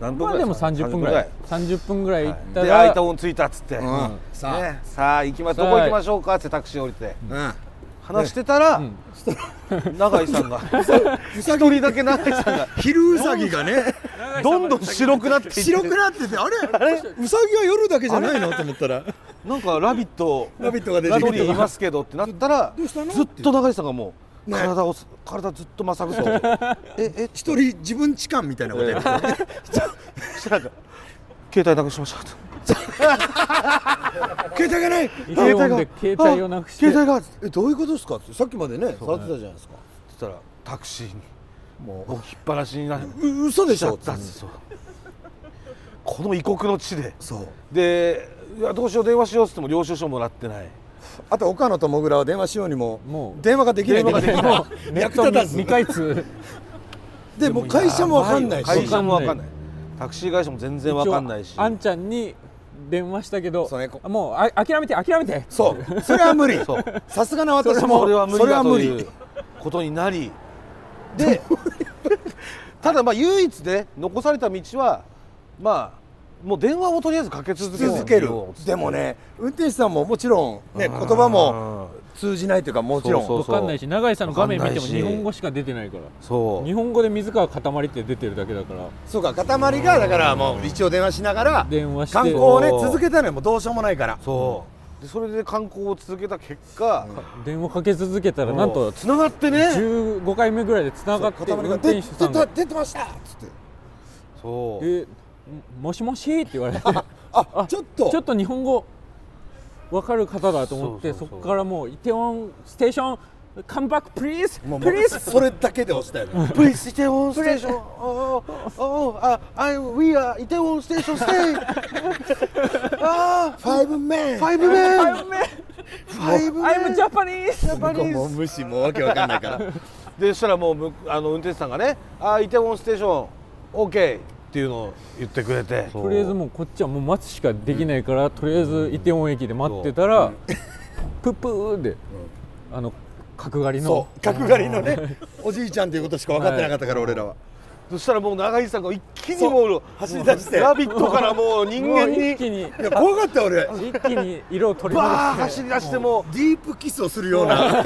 Speaker 3: 何分
Speaker 2: まあ
Speaker 3: ぐらい
Speaker 2: です
Speaker 3: か
Speaker 2: も30分ぐらい30分ぐらい行った
Speaker 3: で空い
Speaker 2: ら
Speaker 3: た音ついたっつって、
Speaker 4: うんさ
Speaker 3: ね、さあ行きますどこ行きましょうかってタクシー降りて
Speaker 4: あ
Speaker 3: 話してたら、永井さん
Speaker 2: (laughs)
Speaker 3: が一人だけ永井さんが
Speaker 4: うん昼ウサギがね
Speaker 3: どんどん白くなっていって
Speaker 4: 白くなっててあれウサギは夜だけじゃないのと思ったら
Speaker 3: なんか「ラビット!」
Speaker 4: ラビットが出
Speaker 3: ラ
Speaker 4: て
Speaker 3: ビ
Speaker 4: き
Speaker 3: ットい
Speaker 4: て
Speaker 3: ますけどってなったらずっと永井さんがもう
Speaker 4: ね
Speaker 3: 体を体ずっとまさ
Speaker 2: (laughs)
Speaker 3: ぐそうええ
Speaker 4: 一人自分痴漢みたいなことやってた
Speaker 3: そしたらなんか携帯なくしましたと
Speaker 4: 携帯がない
Speaker 2: イテウォンで携帯をなくして
Speaker 3: あ携帯がって
Speaker 4: えどういうことですかってさっきまでね触ってたじゃないですか
Speaker 3: 言ったらタクシーにもう置きっぱなしになっ
Speaker 4: う嘘でし
Speaker 3: ちゃ
Speaker 4: ょ
Speaker 3: ったんですよこの異国の地で
Speaker 4: そう
Speaker 3: でいやどうしよう電話しようっつっても領収書もらってない
Speaker 4: あと岡野ともぐらは電話しようにも
Speaker 2: もう
Speaker 4: 電話ができない
Speaker 3: 電話ができない
Speaker 4: もう
Speaker 2: ネッ
Speaker 4: 役
Speaker 2: ト
Speaker 4: 立た
Speaker 2: 未
Speaker 4: ず
Speaker 2: 未開通
Speaker 4: でもう会社もわかんないし
Speaker 3: 会社もわかんない
Speaker 2: わ
Speaker 3: タクシー会社も全然わかんないし
Speaker 2: 一応あんちゃんに電話したけど
Speaker 4: そうねこ
Speaker 2: もうあ諦めて諦めて
Speaker 4: そうそれは無理
Speaker 3: そう
Speaker 4: さすがの私も
Speaker 3: それは無
Speaker 4: そ
Speaker 3: 理
Speaker 4: れは
Speaker 3: だ
Speaker 4: 無
Speaker 3: と
Speaker 4: 理
Speaker 3: いうことになりで (laughs) ただまあ唯一ね残された道はまあもう電話をとりあえずかけ続け
Speaker 4: 続ける
Speaker 3: ようっつって
Speaker 4: でもね運転手さんももちろんね言葉も通じないというかもちろん
Speaker 3: そう
Speaker 2: 分かんないし永井さんの画面見ても
Speaker 3: わかん
Speaker 2: 日
Speaker 3: ないし
Speaker 2: 本語しか出てないから
Speaker 3: そう
Speaker 2: 日本語で水川かたまりって出てるだけだから
Speaker 4: そうか塊がだからもう一応電話しながら
Speaker 2: 電話して
Speaker 4: 観光をね
Speaker 3: そう
Speaker 4: 続けたのよもうどうしようもないから
Speaker 3: そうでそれで観光を続けた結果、
Speaker 2: 電話かけ続けたらなんと
Speaker 3: つながってね
Speaker 2: 15回目ぐらいでつながって
Speaker 4: 塊
Speaker 2: 運
Speaker 4: が
Speaker 2: 転
Speaker 4: 出
Speaker 2: 手
Speaker 4: 出
Speaker 2: さんが
Speaker 4: た出てましたっつって
Speaker 2: 「
Speaker 3: そう
Speaker 2: えもしもし?」って言われてち
Speaker 4: あちょっと
Speaker 2: ょっと日本語わかる方だと思って
Speaker 3: そ
Speaker 2: そう
Speaker 3: そうそう
Speaker 2: こからもう「イテウォンステーションカムバックプリーズ
Speaker 4: もう
Speaker 2: プリーズ
Speaker 4: それだけで押したよね
Speaker 3: 「プリスイテウォンステーション」おー「おーおーあ I we are イテウォンステーションステ
Speaker 2: (laughs)
Speaker 3: イ」あ
Speaker 4: ファイブメ
Speaker 3: ー「
Speaker 4: ン
Speaker 3: ファイブメン」「ファイブメン」
Speaker 2: I'm Japanese!
Speaker 4: もう無視もうわけわかん (laughs) ないから
Speaker 3: でそしたらもうむあの運転手さんがね「あーイテウォンステーション OK っていうのを言ってくれて
Speaker 2: とりあえずもうこっちはもう待つしかできないから、とりあえずイテウォン駅で待ってたら、プップーで、あの角刈りの
Speaker 4: そう角刈りのねおじいちゃんということしか分かってなかったから俺らは
Speaker 3: そしたらもう長井さんが一気にもう
Speaker 4: 走り出して
Speaker 3: ラビット!」からもう人
Speaker 2: も
Speaker 3: 間
Speaker 2: う
Speaker 3: に
Speaker 2: 一気に
Speaker 4: いや怖かった俺
Speaker 2: 一気に色を取り戻
Speaker 3: バ
Speaker 2: し
Speaker 3: ーッ
Speaker 2: て
Speaker 3: 走り出しても
Speaker 4: ディープキスをするような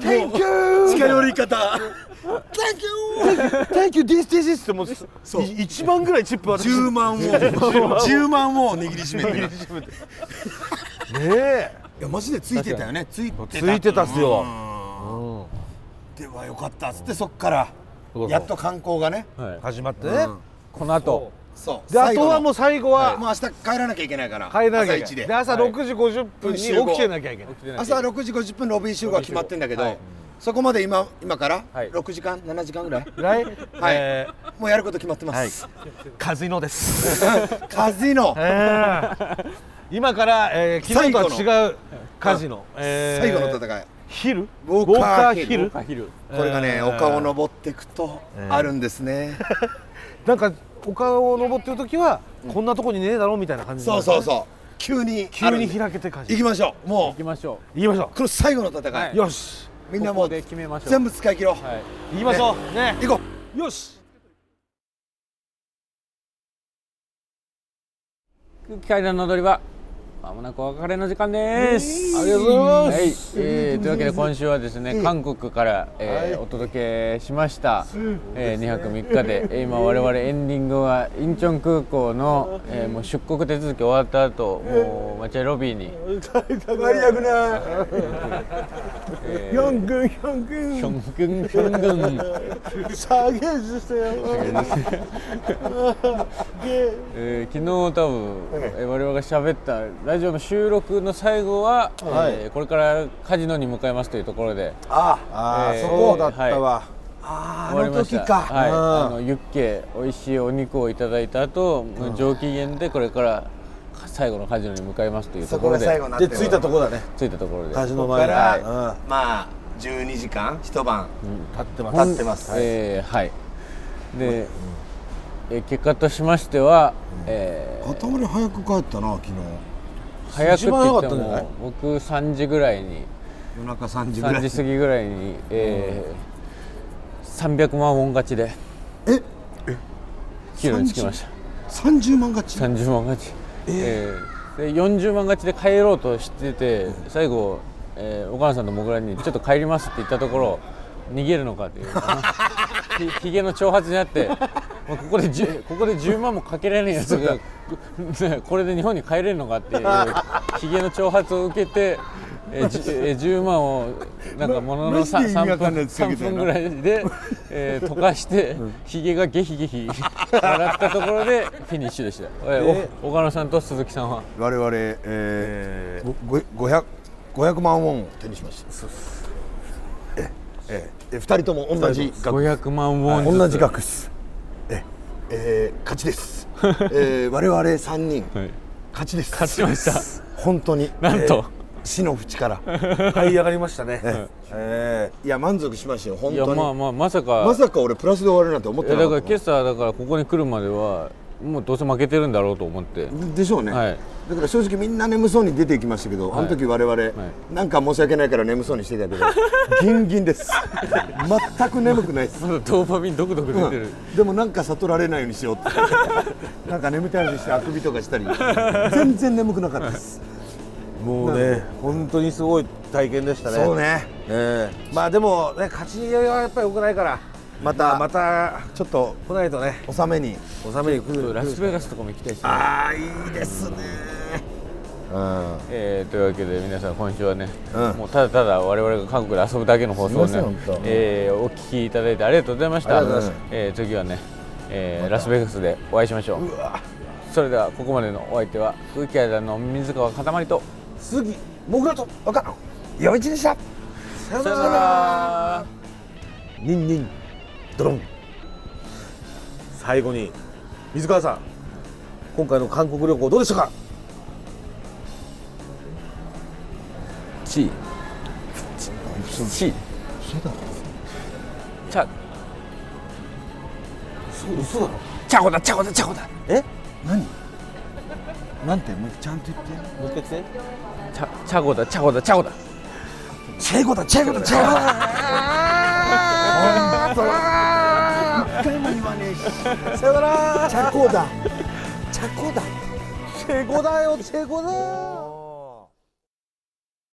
Speaker 3: Thank
Speaker 4: (laughs)
Speaker 3: you!
Speaker 4: 近寄り方
Speaker 3: Thank you! This, this, this! ってもう
Speaker 4: (laughs) そう
Speaker 3: 1万ぐらいチップ渡して
Speaker 4: 10万ウォン10万ウォンを握りしめ (laughs) てい
Speaker 3: ねえ
Speaker 4: やマジでついてたよねついてた
Speaker 3: ついてたっすよ
Speaker 4: うんではよかったっつってそっから
Speaker 3: そう
Speaker 4: やっと観光がね
Speaker 2: はい
Speaker 3: 始まってね
Speaker 2: この後
Speaker 4: そう
Speaker 3: であとはもう最後
Speaker 4: は
Speaker 3: は
Speaker 4: もう明日帰らなきゃいけないから
Speaker 3: 帰らなきゃい
Speaker 4: 朝
Speaker 3: け
Speaker 4: 一
Speaker 3: ない
Speaker 4: で
Speaker 3: で朝6時50分に
Speaker 4: 集合
Speaker 3: 起きてなきゃいけない
Speaker 4: 朝6時50分ロビー集合は決まってんだけど、そこまで今今から6時間、7時間ぐらい
Speaker 3: はい、
Speaker 4: はい
Speaker 3: え
Speaker 4: もうやること決まってます、
Speaker 3: ー、カズイノです、
Speaker 4: カジノ
Speaker 3: えー、 (laughs) 今から、えー、昨日とは違うカジノ、えー、
Speaker 4: 最後の戦い
Speaker 3: ヒル
Speaker 4: ウォ
Speaker 3: ウォ
Speaker 4: ー
Speaker 3: ー
Speaker 4: カ
Speaker 3: カ
Speaker 4: ー
Speaker 3: ー
Speaker 4: ヒ
Speaker 3: ヒ
Speaker 4: ル
Speaker 3: ル
Speaker 2: お昼
Speaker 4: これがね、
Speaker 3: え
Speaker 4: 丘
Speaker 3: ー
Speaker 4: を登っていくとあるんですね、
Speaker 3: なんか丘を登ってる時は、こんなとこにねえだろみたいな感じ
Speaker 4: そうそうそう急にあ
Speaker 3: 急
Speaker 4: るん
Speaker 3: に
Speaker 4: で
Speaker 3: 開けてカジノ
Speaker 4: 行きましょうも
Speaker 2: 行
Speaker 4: う
Speaker 2: きましょ
Speaker 3: 行きましょ
Speaker 4: この最後の戦い、
Speaker 2: はいう
Speaker 3: よし
Speaker 4: みんな
Speaker 2: こ
Speaker 4: も
Speaker 2: こ
Speaker 4: う
Speaker 2: で決めましょう
Speaker 4: 全部使い切ろう、
Speaker 2: うはい
Speaker 3: 行きましょうね
Speaker 4: 行こ
Speaker 3: よし
Speaker 2: 空気階段の踊り場まもなくお別れの時間です、ありがとうございます、はいえーというわけで今週はですね、韓国から、えーお届けしました、えー、2泊3日で、えー今我々エンディングはインチョン空港の、えーもう出国手続き終わった後もう待合ロビーに
Speaker 4: う割りたくない
Speaker 2: ヒョングンヒョングンえー昨日多分、えー我々が喋ったラジオの収録の最後は、えーこれからカジノに向かいますというところで
Speaker 11: ああ、
Speaker 2: えー
Speaker 11: そこだったわ。
Speaker 2: あの時か、はい、あのユッケ美味しいお肉をいただいた後、もう上機嫌でこれから最後のカジノに向かいますというと
Speaker 11: そ
Speaker 2: こ
Speaker 11: こ
Speaker 2: ろ
Speaker 11: が
Speaker 2: で
Speaker 11: 最後になってる。
Speaker 12: 着いたとこだね
Speaker 2: 着いたところで
Speaker 12: カジノ
Speaker 4: か
Speaker 12: 前だ
Speaker 4: ら、まあ12時間一晩
Speaker 12: 立ってます
Speaker 4: 経ってます、
Speaker 2: えーはいで、えー結果としましては、えー
Speaker 11: 頭に早く帰ったな、昨日。
Speaker 2: 早くって言って
Speaker 12: 一番早かったんじゃない
Speaker 2: も僕3時ぐらいに
Speaker 11: 夜中3時ぐら
Speaker 2: 3
Speaker 11: い。
Speaker 2: 時過ぎぐらいに、えー300万ウォン勝ちで
Speaker 11: え、
Speaker 2: キロに着きました
Speaker 11: 30万勝ち。
Speaker 2: 30万勝ち、えーで40万勝ちで帰ろうとしてて最後、えー、お母さんともぐらに「ちょっと帰ります」って言ったところ逃げるのかっていうひひげの挑発になってもうここでじゅここで10万もかけられないやつがねこれで日本に帰れるのかっていうひげの挑発を受けて。えーじえー10万をなんかもののさ
Speaker 11: マジで意味
Speaker 2: 3
Speaker 11: わかんない
Speaker 2: 分
Speaker 11: やつかけ
Speaker 2: 3
Speaker 11: てん
Speaker 2: 分
Speaker 11: な
Speaker 2: ぐらいで、えー溶かしてひげがゲヒゲヒ笑ったところでフィニッシュでした、えーお岡野さんと鈴木さんは
Speaker 4: 我々、えー、ごご500 500万ウォンを手にしましたえええ2人とも同じ額
Speaker 2: 500万ウォンずつ
Speaker 4: 同じ額ですええー、勝ちです (laughs) えー、我々3人、
Speaker 2: はい
Speaker 4: 勝ちです
Speaker 2: 勝ちました
Speaker 4: 本当に
Speaker 2: なんと、
Speaker 4: えー死の
Speaker 2: (laughs)
Speaker 4: 淵から、
Speaker 3: 這い上がりましたね
Speaker 4: えー、いや満足しましたよ本
Speaker 2: いや
Speaker 4: 当に
Speaker 2: まあまあまさか
Speaker 4: まさか俺プラスで終わるなんて思っ
Speaker 2: い
Speaker 4: て
Speaker 2: や
Speaker 4: な
Speaker 2: だか
Speaker 4: かっ
Speaker 2: ら
Speaker 4: た
Speaker 2: 今朝だからここに来るまではもうどうせ負けてるんだろうと思って、
Speaker 4: でしょうね、
Speaker 2: はい
Speaker 4: だから正直みんな眠そうに出ていきましたけど、あの時我々、なんか申し訳ないから眠そうにしてたけ
Speaker 2: (laughs)
Speaker 4: どギンギンです全く眠くないです
Speaker 2: まだドーパミンドクドク出てる、
Speaker 4: でもなんか悟られないようにしようってなんか眠たいようにしてあくびとかしたり全然眠くなかったです
Speaker 3: もうね本当にすごい体験でしたね
Speaker 4: そうね
Speaker 3: ええまあでもね勝ちはやっぱり良くないから
Speaker 4: また
Speaker 3: また
Speaker 4: ちょっと
Speaker 3: 来ないとね
Speaker 4: 納めに
Speaker 3: 収めに来る
Speaker 2: ラスベガスとかも行きたいし、
Speaker 4: ああいいですねうん
Speaker 2: えーというわけで皆さん今週はね、
Speaker 4: うん
Speaker 2: もうただただ我々が韓国で遊ぶだけの放送を
Speaker 4: すい
Speaker 2: ね
Speaker 4: ません本当、
Speaker 2: えーお聞きいただいてありがとうございました
Speaker 4: ありがとうございまし
Speaker 2: えー次はね、えーラスベガスでお会いしましょうそれではここまでのお相手は空気階段の水川かたまりと
Speaker 3: 次僕らと
Speaker 4: 岡野夜市でした
Speaker 2: さよなら
Speaker 3: ニンニンドロン最後に水川さん今回の韓国旅行どうでしたか
Speaker 2: チーチーチャ
Speaker 3: 嘘嘘だろ
Speaker 13: チャコだチャコだチャコだ
Speaker 6: え
Speaker 13: 何なんてもうちゃんと言って
Speaker 6: もう一回来て
Speaker 9: チャチャゴだチャゴだチャゴだ
Speaker 13: チェゴだチェゴだチェゴだあーそら一回も言わねえしさよならチャコだチャコだ
Speaker 3: チェゴだよチェゴだ